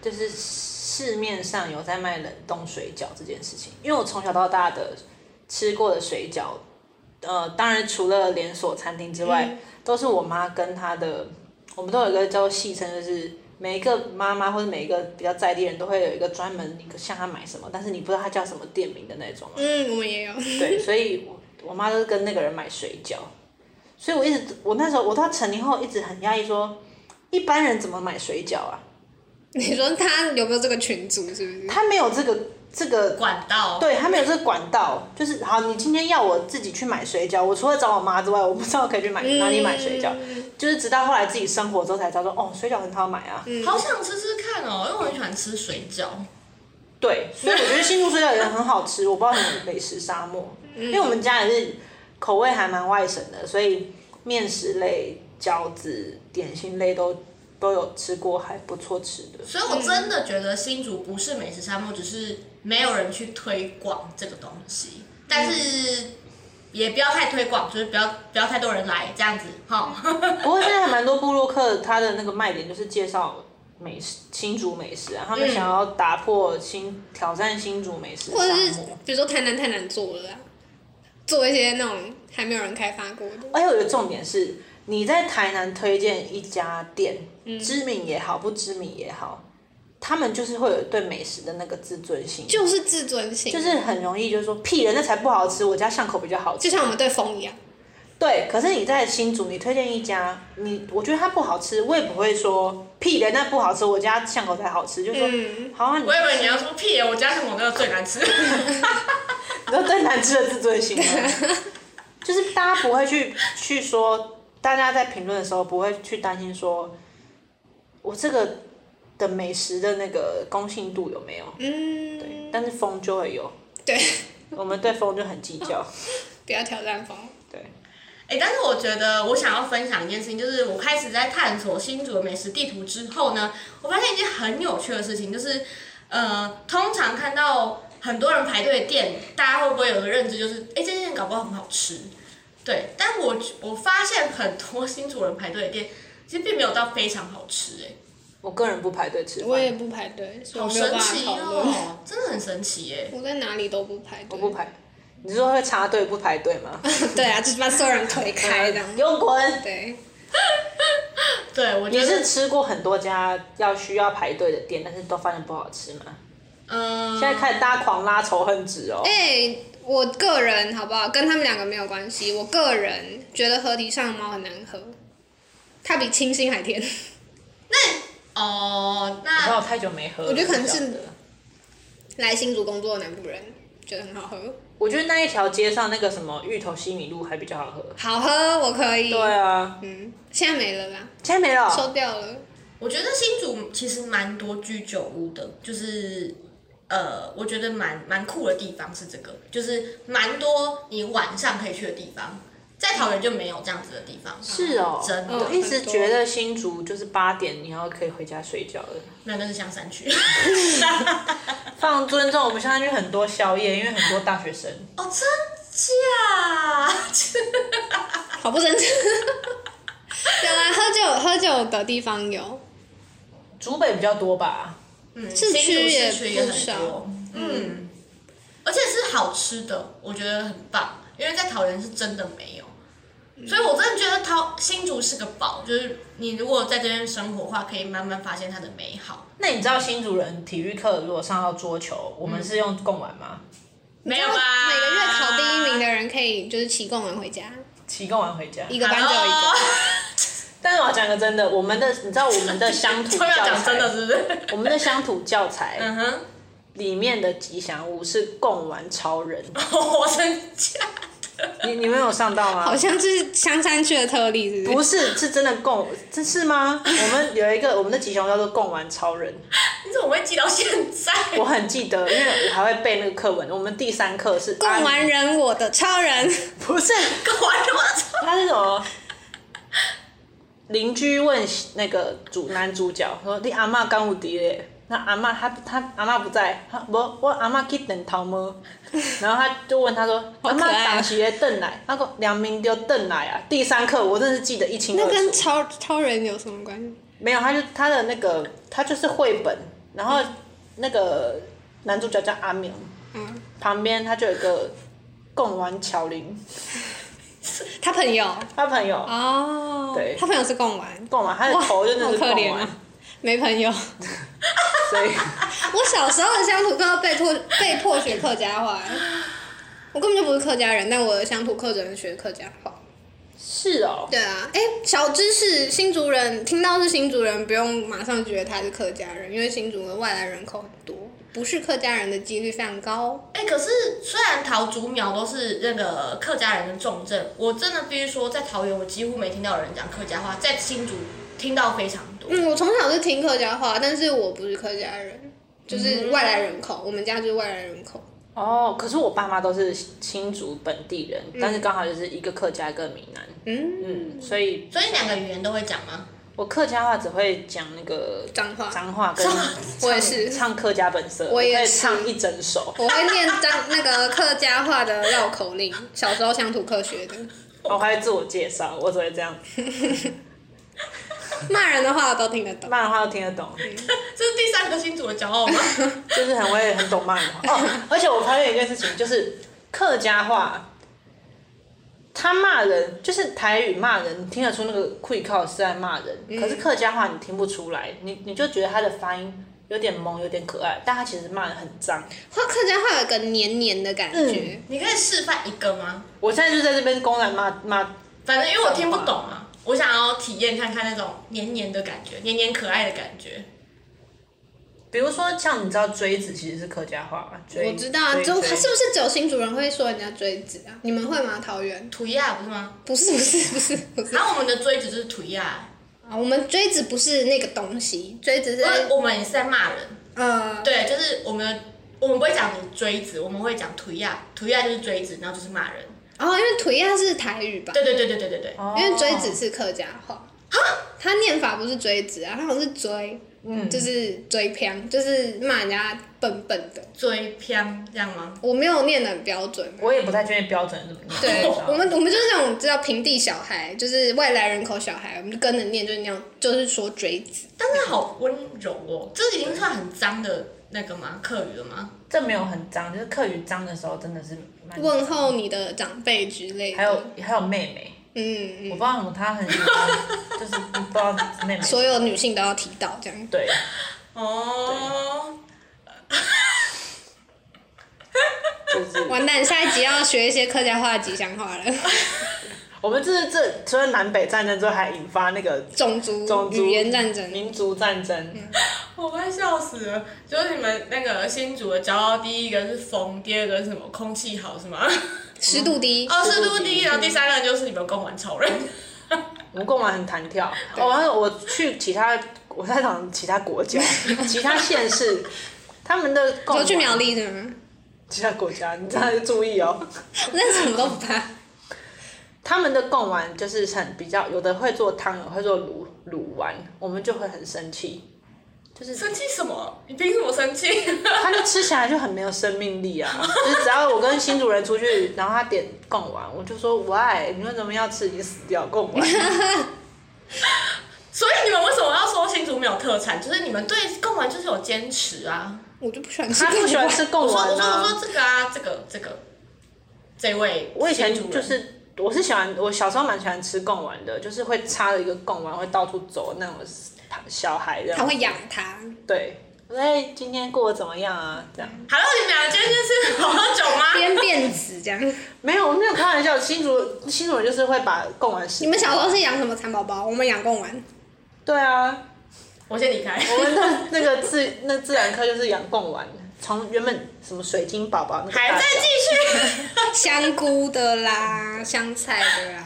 S3: 就是市面上有在卖冷冻水饺这件事情，因为我从小到大的吃过的水饺，呃，当然除了连锁餐厅之外，都是我妈跟她的，我们都有一个叫戏称，就是每一个妈妈或者每一个比较在地人都会有一个专门一个向她买什么，但是你不知道她叫什么店名的那种。
S2: 嗯，我们也有。
S3: 对，所以我我妈都是跟那个人买水饺，所以我一直我那时候我到成年后一直很压抑说，一般人怎么买水饺啊？
S2: 你说他有没有这个群组？是不是？
S3: 他没有这个这个，
S4: 管道，
S3: 对他没有这个管道，就是好，你今天要我自己去买水饺，我除了找我妈之外，我不知道可以去买哪里买水饺，就是直到后来自己生活之后才知道说，哦，水饺很好买啊。
S4: 好想吃吃看哦，因为我很喜欢吃水饺。
S3: 对，所以我觉得新竹水饺也很好吃。我不知道你们美食沙漠，
S2: 嗯
S3: 因为我们家也是口味还蛮外省的，所以面食类、饺子、点心类都都有吃过，还不错吃的。
S4: 所以我真的觉得新竹不是美食沙漠，只是没有人去推广这个东西，但是也不要太推广，就是不要不要太多人来这样子哈。
S3: 不过现在还蛮多部落客，他的那个卖点就是介绍美食新竹美食啊，他们想要打破新挑战新竹美食沙
S2: 嗯或者是
S3: 漠。
S2: 比如说台南太难做了啊，做一些那种还没有人开发过的。
S3: 而且我觉得重点是，你在台南推荐一家店，
S2: 嗯
S3: 知名也好，不知名也好，他们就是会有对美食的那个自尊心，就
S2: 就是自尊心，
S3: 是很容易就说屁人那才不好吃，我家巷口比较好吃。
S2: 就像我们对风一样，
S3: 对，可是你在新竹，你推荐一家，你我觉得它不好吃，我也不会说屁人那不好吃，我家巷口才好吃，就说、
S2: 嗯
S3: 好啊，你
S4: 我以为你要说屁、我家是我那个最难 吃。
S3: 你说对男吃的自尊心吗？ 就是大家不会去去说，大家在评论的时候不会去担心说，我这个的美食的那个公信度有没有？
S2: 嗯，
S3: 但是风就会有，
S2: 对，
S3: 我们对风就很计较。
S2: 不要挑战风。
S4: 哎、但是我觉得我想要分享一件事情，就是我开始在探索新竹的美食地图之后呢，我发现一件很有趣的事情，就是呃，通常看到很多人排队的店，大家会不会有个认知就是，哎、这间店搞不好很好吃？对，但我我发现很多新竹人排队的店，其实并没有到非常好吃、哎。
S3: 我个人不排队吃饭，
S2: 我也不排队，所以
S4: 好
S2: 我哦没有
S4: 神
S2: 办法
S4: 奇
S2: 讨论。
S4: 哦，真的很神奇耶！
S2: 我在哪里都不排队
S3: 我，不排。你是说会插队不排队 吗？
S2: 对啊，就是把所 有人推开 这样。
S3: 给我滚！
S2: 对，
S4: 对，我
S3: 你
S4: 觉
S3: 是
S4: 得，
S3: 吃过很多家要需要排队的店，但是都发现不好吃吗？
S4: 嗯，
S3: 现在开始大家狂拉仇恨值哦。
S2: 哎、我个人好不好，跟他们两个没有关系。我个人觉得河堤上的猫很难喝，它比清新还甜。
S4: 哦，
S1: 你知道
S4: 那
S1: 我太久没喝了，
S2: 我觉得可能是
S1: 不晓得
S2: 来新竹工作的南部人觉得很好喝，
S3: 我觉得那一条街上那个什么芋头西米露还比较好喝。
S2: 好喝我可以。
S3: 对啊，
S2: 嗯，现在没了啦，
S3: 现在没了。
S2: 收掉了。
S4: 我觉得新竹其实蛮多居酒屋的，就是呃，我觉得蛮蛮酷的地方是这个，就是蛮多你晚上可以去的地方，在桃园就没有这样子的地方，
S3: 是哦，
S4: 真的
S3: 我一直觉得新竹就是八点你要可以回家睡觉了。
S4: 那那是香山区。
S3: 放尊重，我们相当于很多宵夜，因为很多大学生。
S4: 哦，真假？
S2: 好不 真诚。有啦，啊喝酒喝酒的地方有，
S1: 竹北比较多吧？
S4: 嗯，
S2: 市区
S4: 新
S2: 也
S4: 竹市区也
S2: 不
S4: 很
S2: 少
S4: 多，嗯，而且是好吃的，我觉得很棒，因为在桃园是真的没有，
S2: 嗯
S4: 所以我真的觉得桃新竹是个宝，就是你如果在这边生活的话，可以慢慢发现它的美好。
S1: 那你知道新竹人体育课如果上到桌球，我们是用贡丸吗？
S4: 没
S2: 然
S4: 有
S2: 后
S4: 吧？
S2: 每个月考第一名的人可以就是骑共玩回家，
S1: 骑贡丸回家。
S2: 一个班只有一
S4: 哦
S2: 个。
S3: 但是我要讲个真的，我们的你知道我们的乡土
S4: 突然
S3: 教
S4: 讲真的
S3: 材，
S4: 是不是？
S3: 我们的乡土教材
S4: 嗯哼，
S3: 里面的吉祥物是贡丸超人，
S4: 我真假的？
S3: 你你们有上到吗？
S2: 好像是香山区的特例，是不
S3: 不
S2: 是？
S3: 是，是真的贡，这是吗？我们有一个我们的吉祥物叫做贡丸超人，
S4: 你怎么会记到现在？
S3: 我很记得，因为我还会背那个课文。我们第三课是啊
S2: 共
S3: 阿
S2: 玩人，我的超人，
S3: 不是，
S4: 跟我我操！
S3: 他是什么？邻居问那个主男主角说：“你阿嬷干有伫咧？”那阿嬷她她阿嬷不在，她我我阿嬷去等头毛，然后他就问他说：“
S2: 好
S3: 阿
S2: 可爱啊
S3: 嬷当时咧等来？”他说：“两名就等来啊。”第三课我真的是记得一清
S2: 那
S3: 二楚。
S2: 跟超超人有什么关系？
S3: 没有，他就他的那个他就是绘本，然后那个男主角叫阿明，
S2: 嗯，
S3: 旁边他就有一个贡丸乔林，
S2: 他朋友
S3: 他朋友
S2: 哦，
S3: 对
S2: 他朋友是共玩，
S3: 贡丸，他的
S2: 哇，
S3: 头就真的
S2: 好
S3: 是
S2: 可
S3: 贡
S2: 怜
S3: 丸，
S2: 啊，没朋友。
S3: 所以
S2: 我小时候的乡土课被迫被迫学客家话，我根本就不是客家人，但我的乡土课只能学客家话。
S3: 是哦，
S2: 对啊，哎，小知识，新族人听到是新族人，不用马上觉得他是客家人，因为新族的外来人口很多，不是客家人的几率非常高。
S4: 哎、可是虽然桃竹苗都是那个客家人的重镇，我真的必须说，在桃园我几乎没听到有人讲客家话，在新竹听到非常多。
S2: 嗯，我从小是听客家话，但是我不是客家人，就是外来人口，我们家就是外来人口。
S3: 哦，可是我爸妈都是新竹本地人，但是刚好就是一个客家，一个闽南，
S2: 嗯，
S3: 嗯，所以
S4: 所以两个语言都会讲吗？
S3: 我客家话只会讲那个
S2: 脏话
S3: 脏话跟
S2: 我 也是，
S3: 唱客家本色，
S2: 我也
S3: 可以
S2: 是哦
S3: 唱一整首，
S2: 我会念脏那个客家话的绕 口令，小时候乡土课学的。
S3: 我还会自我介绍，我只会这样，
S2: 骂人的话我都听得懂。
S3: 骂的话都听得懂。
S4: 这是第三个新竹的骄傲吗？
S3: 就是很会很懂骂人话哦。而且我发现一件事情，就是客家话，他骂人就是台语骂人，你听得出那个会靠是在骂人，
S2: 嗯
S3: 可是客家话你听不出来，你你就觉得他的发音有点萌，有点可爱，但他其实骂人很脏。
S2: 话客家话有个黏黏的感
S3: 嗯
S2: 觉，
S4: 你可以示范一个吗？
S3: 我现在就在这边公然骂骂，
S4: 反正因为我听不懂嘛，我想要体验看看那种黏黏的感觉，黏黏可爱的感觉。
S1: 比如说像你知道锥子其实是客家话嘛，锥
S2: 我知道啊，
S1: 锥
S2: 就是
S1: 锥
S2: 不是只有新主人会说人家锥子啊？你们会吗？桃园？
S4: 土亚不是吗？
S2: 不是不是不 是不是
S4: 然后我们的锥子就是土亚，
S2: 啊！我们锥子不是那个东西，锥子是
S4: 因为我们也是在骂人。
S2: 呃，
S4: 对，就是我们我们不会讲你锥子，我们会讲土亚，土亚就是锥子，然后就是骂人。
S2: 哦，因为土鸭是台语吧？
S4: 对对对对对对对，
S1: 哦
S2: 因为锥子是客家话，它念法不是锥子啊，它好像是锥，嗯，就是锥偏，就是骂人家笨笨的。
S4: 锥偏这样吗？
S2: 我没有念的很标准啊，
S1: 我也不太确定标准是怎么念。
S2: 对
S1: 我不知道
S2: 我们，我们就是那种知道平地小孩，就是外来人口小孩，我们就跟着念，就是那样，就是说锥子。
S4: 但是好温柔哦，这已经算很脏的那个吗？客语了吗？
S1: 这没有很脏，就是课余脏的时候真的是蛮
S2: 问候你的长辈之类的。
S1: 还有还有妹妹，
S2: 嗯，
S1: 我不
S2: 嗯
S1: 知道为什么她很就是不知道妹妹
S2: 嗯，所有女性都要提到这样。
S1: 对，
S4: 哦，
S3: 就是
S2: 完蛋，下一集要学一些客家话的吉祥 话了，
S3: 我们这是这除了南北战争之后，还引发那个
S2: 种族、
S3: 种族
S2: 语言战争。嗯
S3: 民族战争。
S4: 我快笑死了！就是你们那个新竹的骄傲，第一个是风，第二个是什么？空气好是吗？
S2: 湿度低，
S4: 哦，是 陆地，然后第三个就是你们共玩超人。
S3: 我们贡丸很弹跳。哦，然后我去其他，我在讲其他国 家、其他县市，他们的贡
S2: 我
S3: 丸
S2: 去苗栗是吗？
S3: 其他国家，你真的要注意哦。
S2: 那什么都不 怕。
S3: 他们的贡丸就是很比较，有的会做汤，有的会做卤卤丸，我们就会很生气，就是
S4: 生气什么？你凭什么生气？
S3: 他就吃起来就很没有生命力啊！就是只要我跟新主人出去，然后他点贡丸，我就说 why？你为什么要吃已经死掉的贡丸？
S4: 所以你们为什么要说新竹没有特产？就是你们对贡丸就是有坚持啊！
S2: 我就不喜欢吃
S3: 他
S2: 这种
S3: 不喜欢
S2: 话
S3: 吃贡
S4: 我说
S3: 丸
S4: 我说我
S3: 啊！
S4: 说这个啊，这个这个，这位
S3: 我以前
S4: 新竹人
S3: 就是。我是喜欢，我小时候蛮喜欢吃贡丸的，就是会插着一个贡丸，会到处走那种小孩这
S2: 他
S3: 样。
S2: 会养它。
S3: 对，我说哎，今天过得怎么样啊？这样
S4: Hello，你们俩今天是好喝酒吗？
S2: 编辫子这样，
S3: 没有，我没有开玩笑。新主新主人就是会把贡丸吃。
S2: 你们小时候是养什么蚕宝宝？我们养贡 丸，
S3: 对啊，
S4: 我先离开。
S3: 我们的那个自那自然科就是养贡丸，从原本什么水晶宝宝那个
S4: 还
S3: 大
S4: 在
S3: 小
S4: 继 续，
S2: 香菇的啦，香菜的啦，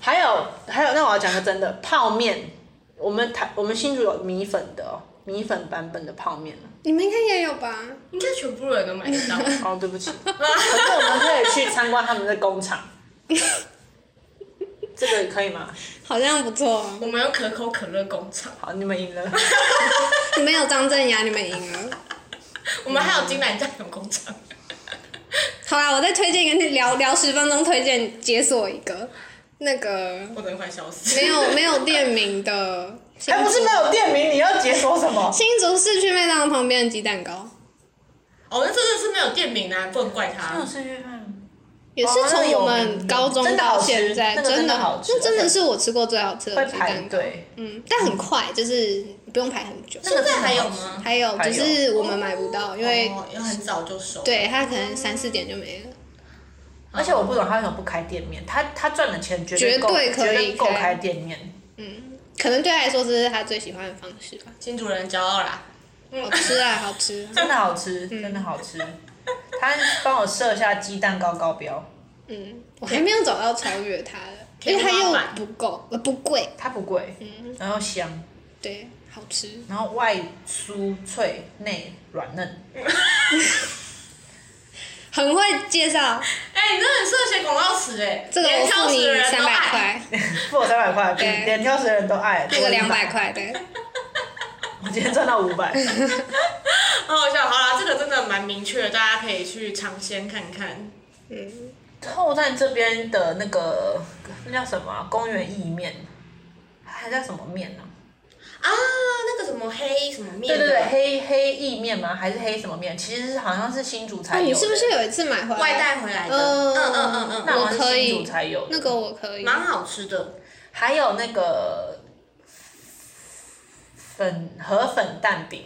S3: 还有还有，那我要讲个真的泡面，我们台我们新竹有米粉的哦，米粉版本的泡面
S2: 你们应该也有吧？
S4: 应该全部人都买 得到。
S3: 哦，对不起，可是我们可以去参观他们的工厂，这个可以吗？
S2: 好像不错，哦
S4: 我们有可口可乐工厂，
S3: 好，你们赢了，
S2: 你们有张镇雅，你们赢了。
S4: 我们还有金兰酱油工厂。
S2: 好啦，我再推荐跟你聊聊十分钟，推荐解锁一个那个
S4: 我真的快笑死。
S2: 没有没有店 名的新
S1: 哎
S3: 哎还不
S2: 竹
S3: 是没有店名，你要解锁什么？
S2: 新竹市区麦当劳旁边的鸡蛋糕，
S4: 哦，那真的是没有店名啊，不能怪他。
S3: 是约翰。
S2: 也是从我们高中到现在，
S1: 哦那个有名真
S2: 真
S1: 的好吃
S2: 那真的是我吃过最好吃的
S1: 会
S2: 鸡
S1: 排
S2: 蛋糕。
S1: 队，
S2: 嗯，但很快，就是不用排很久。
S4: 现在还有吗？
S2: 还有只是我们买不到，因为
S4: 哦，要很早就熟。，
S2: 对它可能三四点就没了。
S1: 而且我不懂他为什么不开店面，他他赚的钱绝对
S2: 绝
S1: 够，
S2: 对
S1: 绝
S2: 可以
S1: 对够
S2: 开
S1: 开店面。
S2: 可能对他来说，这是他最喜欢的方式吧。
S4: 新主人骄傲啦。
S2: 好吃啊，好吃啊！
S1: 真的好吃，真的好吃。他帮我设下鸡蛋糕高标，
S2: 嗯，我还没有找到超越它的，
S4: 可以
S2: 因为它
S4: 慢
S2: 又
S4: 慢
S2: 不够，呃，不贵。
S1: 它不贵，
S2: 嗯
S1: 然后香，
S2: 对，好吃。
S1: 然后外酥脆内软 嫩，
S2: 很会介绍，
S4: 哎，你真的很适合写广告词哎，
S2: 这个
S4: 连
S2: 我
S4: 挑
S2: 付
S4: 食
S2: 你
S4: 的人
S2: 三
S4: 都
S2: 百
S4: 爱。
S2: 块，
S1: 付我三百块，比
S2: 对
S1: 连挑食的人都爱。
S2: 那个两百
S1: 多100，
S2: 块，对，
S3: 我今天赚到五 百，
S4: 好好笑，好啦，这个真的蛮明确的，大家可以去尝鲜看看。
S2: 嗯，
S1: 后站这边的那个那叫什么啊、公园意面，还叫什么面呢、
S4: 啊，那个什么黑什么面
S1: 对
S4: 的，
S1: 对对，黑黑意面吗？还是黑什么面？其实是好像是新竹才有的、
S2: 哦你是不是有一次买回来
S4: 外带回来的，
S2: 嗯
S4: 嗯嗯嗯嗯
S1: 那
S2: 我
S1: 好像
S2: 可
S1: 是
S2: 以
S1: 新竹才有的
S2: 那个我可以，
S4: 蛮好吃的。
S1: 还有那个粉河粉蛋饼，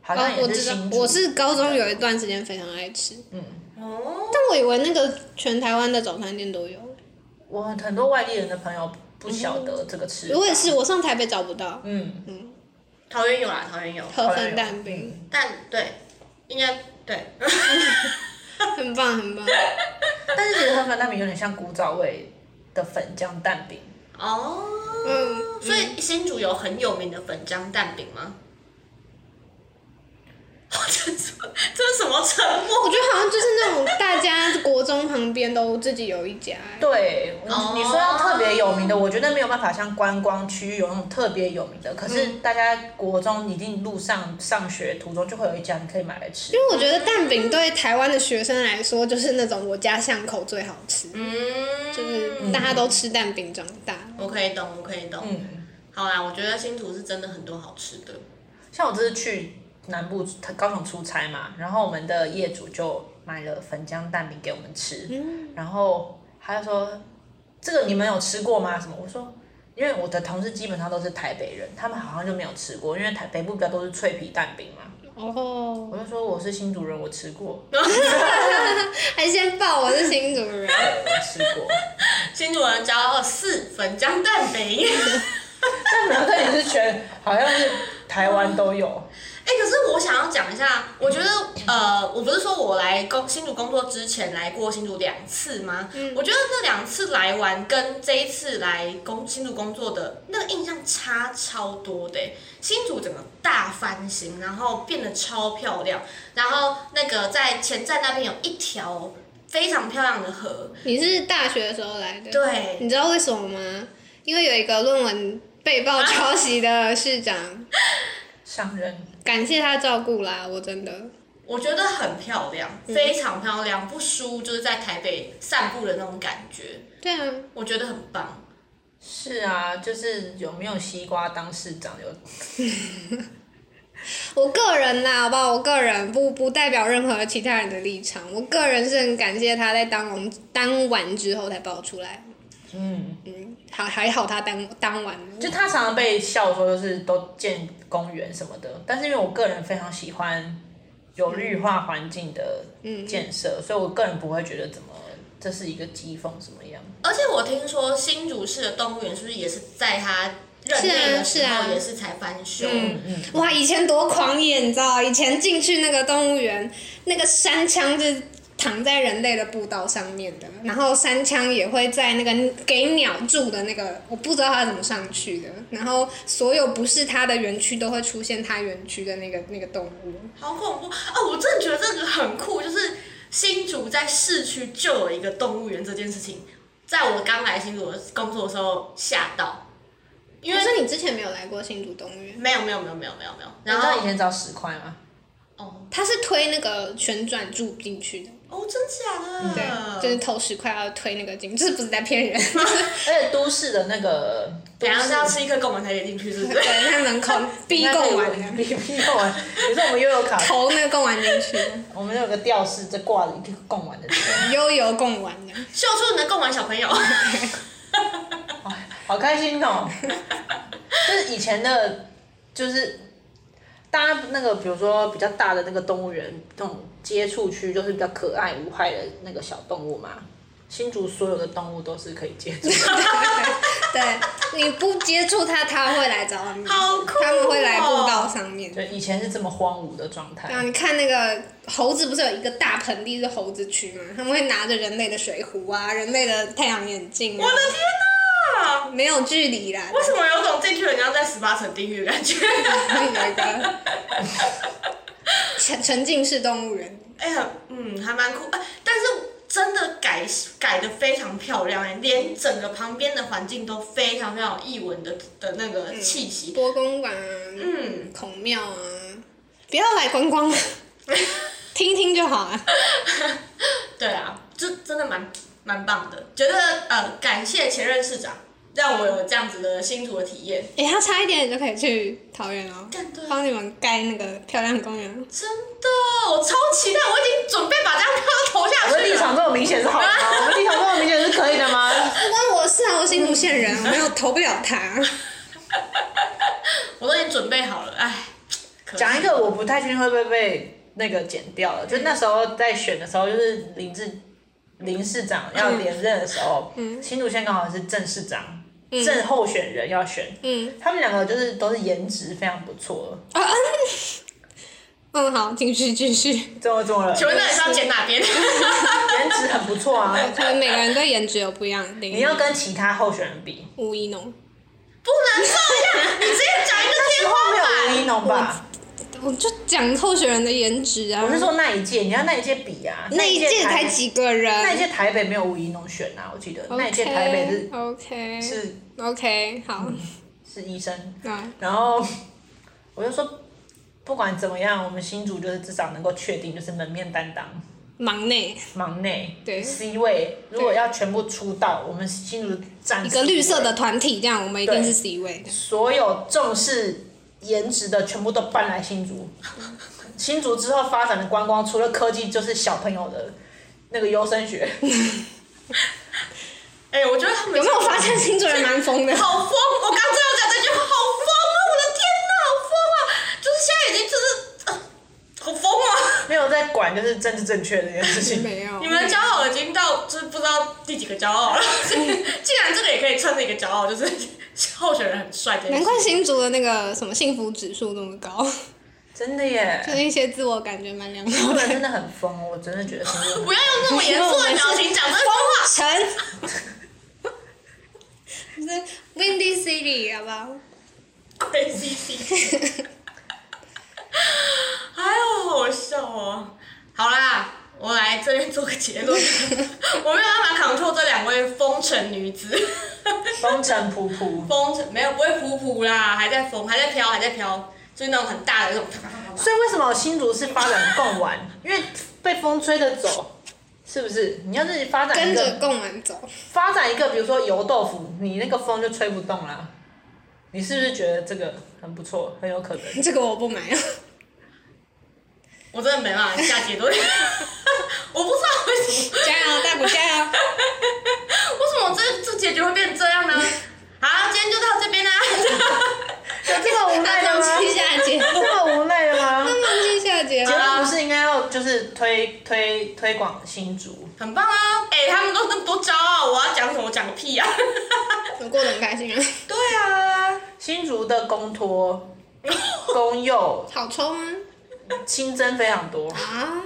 S1: 好像
S2: 哦，我
S1: 也
S2: 知道
S1: 新，竹。嗯
S2: 我是高中有一段时间非常爱吃，
S4: 哦，
S2: 但我以为那个全台湾的早餐店都有，
S1: 我很
S2: 嗯
S1: 多外地人的朋友不晓得这个吃法。
S2: 我也是，我上台北找不到，
S1: 嗯，
S4: 桃园有啦，桃园有，
S2: 河粉蛋
S3: 嗯
S2: 饼，
S4: 但对，应该对，
S2: 很棒很棒。
S3: 但是其实河粉蛋饼有点像古早味的粉浆蛋饼，
S4: 哦，
S2: 嗯
S4: 所以新竹有很有名的粉浆蛋饼吗？哦这是这是什么沉
S2: 我
S4: 默？
S2: 觉得好像就是那种大家国中旁边都自己有一家、
S3: 对，
S4: 哦
S3: 你说要特别有名的，我觉得没有办法像观光区域有那种特别有名的。可是大家国中一定路上上学途中就会有一家，你可以买来吃
S2: 因。为我觉得蛋饼对台湾的学生来说，就是那种我家巷口最好吃，
S4: 嗯，
S2: 就是大家都吃蛋饼长大。
S4: 我可以懂，我可以懂。
S3: 嗯，
S4: 好啦，我觉得新竹是真的很多好吃的。
S3: 像我这次去南部高雄出差嘛，然后我们的业主就买了粉浆蛋饼给我们吃，然后他就说这个你们有吃过吗？什么？我说。因为我的同事基本上都是台北人，他们好像就没有吃过，因为台北部比较都是脆皮蛋饼嘛。
S2: 哦，
S3: 我就说我是新竹人，我吃过，
S2: 还先报我是新竹人，
S3: 我吃过。
S4: 新竹人骄傲四粉浆蛋饼。
S3: 但苗栗也是全，好像是台湾都有。
S4: 哎、可是我想要讲一下，我觉得呃，我不是说我来工新竹工作之前来过新竹两次吗？我觉得那两次来玩跟这一次来工新竹工作的那个印象差超多的欸、新竹整个大翻新，然后变得超漂亮，然后那个在前站那边有一条非常漂亮的河，
S2: 你是大学的时候来的，
S4: 对
S2: 你知道为什么吗？因为有一个论文被曝抄袭的市长，
S3: 上任
S2: 感谢他照顾啦，我真的。
S4: 我觉得很漂亮，非常漂亮，不输就是在台北散步的那种感觉，
S2: 对啊，
S4: 我觉得很棒。
S3: 是啊，就是有没有西瓜当市长有？
S2: 我个人啦，好不好？我个人不不代表任何其他人的立场，我个人是很感谢他在当完当完之后才爆出来。
S3: 嗯，
S2: 嗯，好还好他当当完了，
S3: 就他常常被笑说就是都建公园什么的，但是因为我个人非常喜欢有绿化环境的建设，所以我个人不会觉得怎么这是一个讥讽什么样。
S4: 而且我听说新竹市的动物园是不是也是在他任内的时
S2: 是啊是啊
S4: 候也是才翻修？
S3: 嗯嗯，
S2: 哇，以前多狂野，你知道？以前进去那个动物园，那个山枪就是躺在人类的步道上面的，然后山枪也会在那个给鸟住的那个，我不知道它怎么上去的。然后所有不是它的园区都会出现它园区的那个那个动物。
S4: 好恐怖哦！我真的觉得这个很酷，就是新竹在市区就有一个动物园这件事情，在我刚来新竹工作的时候吓到，因为
S2: 可是你之前没有来过新竹动物园，
S4: 没有没有没有没有没有没有，
S3: 你
S4: 然
S3: 知道以
S4: 后
S3: 前找十块吗？
S4: 哦
S2: 它是推那个旋转柱进去的，
S4: 哦，真假的？
S2: 对，就是投十块要推那个进，这不是在骗人，就是
S3: 而且都市的那个，
S4: 等一下是要吃一颗贡丸才可以进去，是不 是？
S2: 对，在门口逼供完的，
S3: 逼逼供完，比如说我们悠游卡，
S2: 投那个供完进去的。
S3: 我们有个吊饰，这挂了一个贡丸的地方，
S2: 悠游共玩的，
S4: 秀出你的贡丸小朋友。
S3: 好开心哦！就是以前的，就是大家那个，比如说比较大的那个动物园，那种接触区，就是比较可爱无害的那个小动物嘛。新竹所有的动物都是可以接触的，
S2: 对，你不接触它，它会来找你，
S4: 好酷哦
S2: 它们会来步道上面。
S3: 就以前是这么荒芜的状态
S2: 然。后你看那个猴子，不是有一个大盆地是猴子区吗？他们会拿着人类的水壶啊，人类的太阳眼镜、啊
S4: 我，的天哪、
S2: 没有距离啦，
S4: 为什么有种进去人家在十八层地狱的感觉？
S2: 然后有一个沉沉浸式动物园，
S4: 哎呀，嗯，还蛮酷，哎，但是真的改改的非常漂亮哎、连整个旁边的环境都非常非常有异文的的那个
S3: 嗯
S4: 气息。
S2: 博公馆啊，
S4: 嗯，
S2: 孔庙啊，不要来观光，听听就好啊。
S4: 对啊，这真的蛮蛮棒的，觉得呃，感谢前任市长让我有这样子的新竹的体验，
S2: 哎、他差一点你就可以去桃园哦
S4: 干对，
S2: 帮你们盖那个漂亮的公园。
S4: 真的，我超期待，我已经准备把这张票都投下
S3: 我们
S4: 去
S3: 立
S4: 了。
S3: 场这么明显是好的吗？我们立场这么明显是可以的吗？
S2: 关我是啊，我新竹县人， 我没有投不了他。
S4: 我都已经准备好了，哎，可惜
S3: 讲一个我不太确定会不会被那个剪掉了，就那时候在选的时候，就是林志林市长要连任的时候，新竹县刚好是郑市长正候选人要选，
S2: 嗯
S3: 他们两个就是都是颜值非常不错。
S2: 啊 嗯，好，继续继续。
S3: 怎么怎么了？
S4: 请问到底是要剪哪边？
S3: 颜值很不错啊！
S2: 可能每个人对颜值有不一样的定 义。
S3: 你要跟其他候选人比，
S2: 吴一农，
S4: 不能这样，你直接讲一个天
S3: 然后没有吴
S4: 花
S3: 一农吧？
S2: 我就讲候选人的颜值啊。
S3: 我是说那一届，你要那一届比啊，
S2: 那一届
S3: 台，
S2: 才几个
S3: 那一
S2: 人
S3: 届台北没有吴一农选啊，我记得那一届台北是
S2: ？OK OK
S3: 是嗯
S2: OK，好，
S3: 是医生，
S2: 那
S3: 然后我就说，不管怎么样，我们新竹就是至少能够确定就是门面担当。
S2: 忙内
S3: 忙内
S2: 对
S3: C 位，如果要全部出道，我们新竹占
S2: 一个绿色的
S3: C
S2: 团体，这样我们一定
S3: 对
S2: 是 C 位的
S3: 位，。所有重视颜值的全部都搬来新竹。新竹之后发展的观光，除了科技就是小朋友的那个优生 学，
S4: 哎、我觉得他们
S2: 有没有发现新主人蛮疯的？
S4: 好疯！我刚正要讲这句话，好疯啊！我的天哪，好疯啊！就是现在已经就是，呃、好疯啊！
S3: 没有在管就是政治正确这件事情。
S2: 没有，
S4: 你们的骄傲已经到就是不知道第几个骄傲了， 竟然这个也可以称是一个骄傲，就是候选人很帅这件
S2: 难
S4: 事
S2: 怪新竹的那个什么幸福指数那么高，
S3: 真的耶，
S2: 就是一些自我感觉蛮良
S3: 新
S2: 好
S3: 竹人
S2: 的。
S3: 真的很疯，我真的觉得新 竹人
S4: 不要用那么严肃的表情讲这句话。
S2: 成， 就是 Windy City 好不好？
S4: Crazy C，哎呦，好笑哦！好啦，我来这边做个结论， 我没有办法 control 这两位风尘女子，
S3: 风尘仆仆。
S4: 风尘没有不会噗噗啦，还在风，还在飘，还在飘，就是那种很大的那种。
S3: 所以为什么新竹是发展贡丸？因为被风吹着走，是不是？你要自己发展一
S2: 跟
S3: 个
S2: 着贡丸走，
S3: 发展一个，比如说油豆腐，你那个风就吹不动啦。你是不是觉得这个很不错，很有可能？
S2: 这个我不买啊。
S4: 我真的没办法下结论， 我不知道为什么，
S2: 加油，大鼓加油！
S4: 为什么这这结局会变成这样呢？好，今天就到这边啦。
S3: 有 这么无奈
S2: 大
S3: 的
S2: 放
S3: 吗？
S2: 弃下节，
S3: 这么无奈的吗？
S2: 放弃下
S3: 节
S2: 节
S3: 目不
S2: 啊！
S3: 是应该要就是推推推广新竹？
S4: 很棒啊！哎、他们都那么多骄傲，我要讲什么？我讲个屁啊！
S2: 我过得很开心啊，
S4: 对啊，
S3: 新竹的公 托、公幼
S2: 好抽吗？
S3: 新增非常多，
S2: 啊，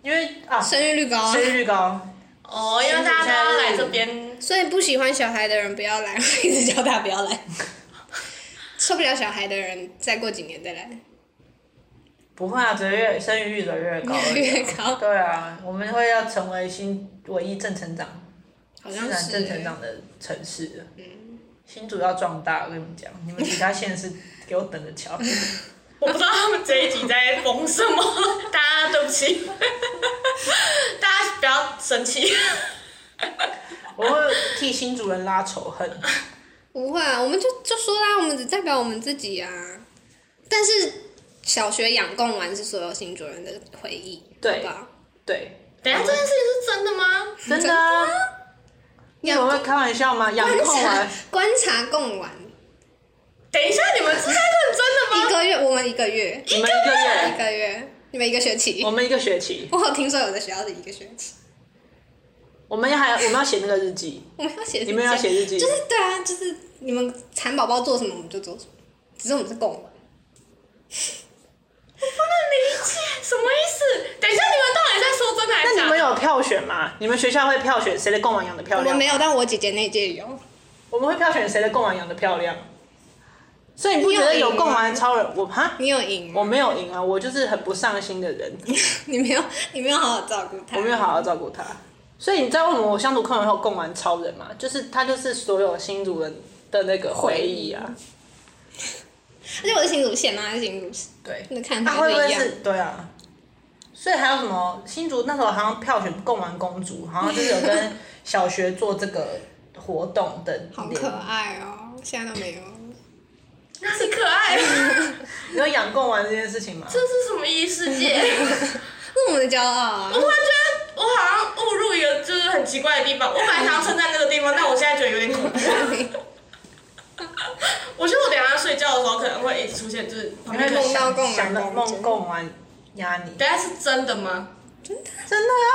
S3: 因为啊，
S2: 生育率高啊
S3: 生，育率高，
S4: 哦，因为大家都要来这边，
S2: 所以不喜欢小孩的人不要来，我一直叫他不要来。受不了小孩的人，再过几年再来。
S3: 不会啊，只会越生育率只会越高而已啊，
S2: 越高
S3: 对啊，我们会要成为新唯一正成长、
S2: 好
S3: 自
S2: 像
S3: 然
S2: 是、
S3: 正成
S2: 欸。嗯
S3: 长的城市。啊新竹要壮大，我跟你们讲，你们其他县市给我等着 瞧。
S4: 我不知道他们这一集在疯什么， 大家对不起， 大家不要生气。
S3: 我会替新竹人拉仇恨。
S2: 不会啊，我们就就说啦，我们只代表我们自己啊。但是小学养贡丸是所有新主人的回忆，
S5: 对
S2: 好吧？
S5: 对，
S4: 等一下，这件事情是真的吗？
S5: 真的啊，
S3: 你们会开玩笑吗？养
S2: 观
S3: 控
S2: 察
S3: 啊，
S2: 观察贡丸
S4: 等一下，你们是在认真的
S2: 一
S4: 吗？
S2: 个月，我们一个月，
S3: 你们一个
S2: 一
S3: 月，
S2: 个月，你们一个学期
S5: 我。们一个学期，
S2: 我有听说有的学校是一个学期，
S5: 我们还我们要写那个日记，
S2: 我们要写日记
S5: 你们要写日记
S2: 就是对啊，就是你们蚕宝宝做什么我们就做什么，只是我们是共玩。
S4: 不能理解，什么意思？等一下，你们到底在说真的还
S5: 那
S4: 是
S5: 你
S4: 假
S5: 们
S4: 的？
S5: 有票选吗？你们学校会票选谁的贡丸养的漂
S2: 我们
S5: 亮？
S2: 没有，但我姐姐那届有。
S5: 我们会票选谁的贡丸养的漂亮。所以你不觉得有贡丸超人？我哈，
S2: 你有赢吗
S5: 我没有赢啊，我就是很不上心的 人，
S2: 你没有，你没有好好照顾她。
S5: 我没有好好照顾他。所以你知道为什么我乡土课文会有贡丸超人吗？就是他就是所有新主人的那个回忆啊。
S2: 而且我是新竹县啊嘛，是新竹市，
S3: 对，
S2: 那看
S3: 那
S2: 法
S3: 会不
S2: 就
S3: 会
S2: 一样
S3: 是。？对啊。所以还有什么新竹那时候好像票选贡丸公主，好像就是有跟小学做这个活动的联，
S2: 好可爱哦，现在都没有。
S4: 那是可爱，
S5: 嗯
S4: 这
S3: 你有养贡丸这件事情吗？
S4: 是什么异世界？
S2: 那我们的骄傲啊
S4: 我！突然觉得我好像误入一个就是很奇怪的地方。我本来想要称赞这个地方，但我现在觉得有点恐怖。我觉得我等一下睡觉的时候可能会一直出现，就是旁
S3: 你
S4: 边
S3: 会
S4: 就
S5: 嗯
S2: 梦
S4: 想
S2: 到贡
S3: 想
S2: 丸
S3: 到
S2: 公
S3: 梦
S2: 主，
S3: 贡丸压你，
S4: 等一下是真的吗？
S3: 真的啊！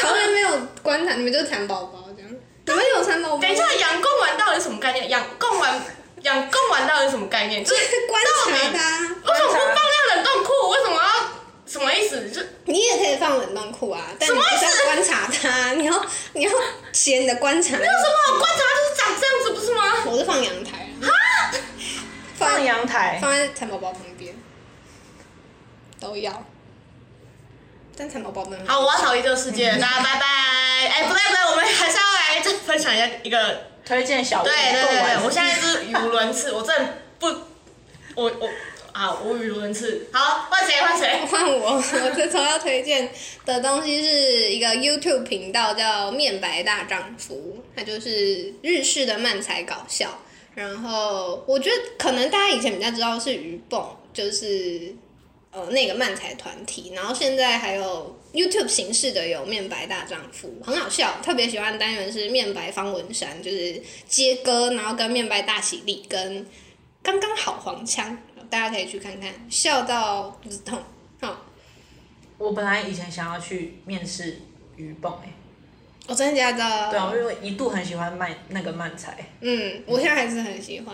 S2: 桃园没有观察，你们就是蚕宝宝这样。你们有蚕宝宝？
S4: 等一下，养贡丸到底是什么概念？养贡丸，养贡丸到底是什么概念？就是
S2: 是观察它。
S4: 为什么不放在冷冻库？为什么要什么意思？就
S2: 你也可以放冷冻库啊，但你不是要观察它， 你要你要写你的观察。
S4: 那有什么好观察？就是长这样子，不是吗？
S2: 我是放阳台啊，放
S1: 放阳台，
S2: 放在蚕宝宝旁边，都要。但蚕宝宝呢？
S4: 好，我要逃离这个世界，大家拜拜。哎，不对不对，我们还是要来再分享一下一个，
S1: 推荐
S3: 哦
S1: 小
S4: 对对
S1: 贡
S4: 对
S1: 丸
S4: 对，我现在就是语无伦次，我真的不，我我啊，我语无伦次。好，换谁换谁？
S2: 换我，我这周要推荐的东西是一个 YouTube 频道叫“面白大丈夫”，它就是日式的漫才搞笑。然后我觉得可能大家以前比较知道是鱼蹦，就是呃那个漫才团体，然后现在还有 YouTube 形式的有面白大丈夫，很好笑，特别喜欢的单元是面白方文山，就是接歌，然后跟面白大喜力跟刚刚好黄腔，大家可以去看看，笑到肚子痛。好，
S1: 我本来以前想要去面试鱼蹦哎、
S2: 我、真的假
S4: 哦
S2: 的？
S1: 对啊，因为我一度很喜欢漫那个漫才。
S2: 嗯，我现在还是很喜欢。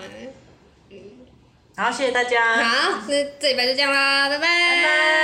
S1: 然后谢谢大家，
S2: 好，那这礼拜就这样啦，拜拜
S1: 啊拜拜。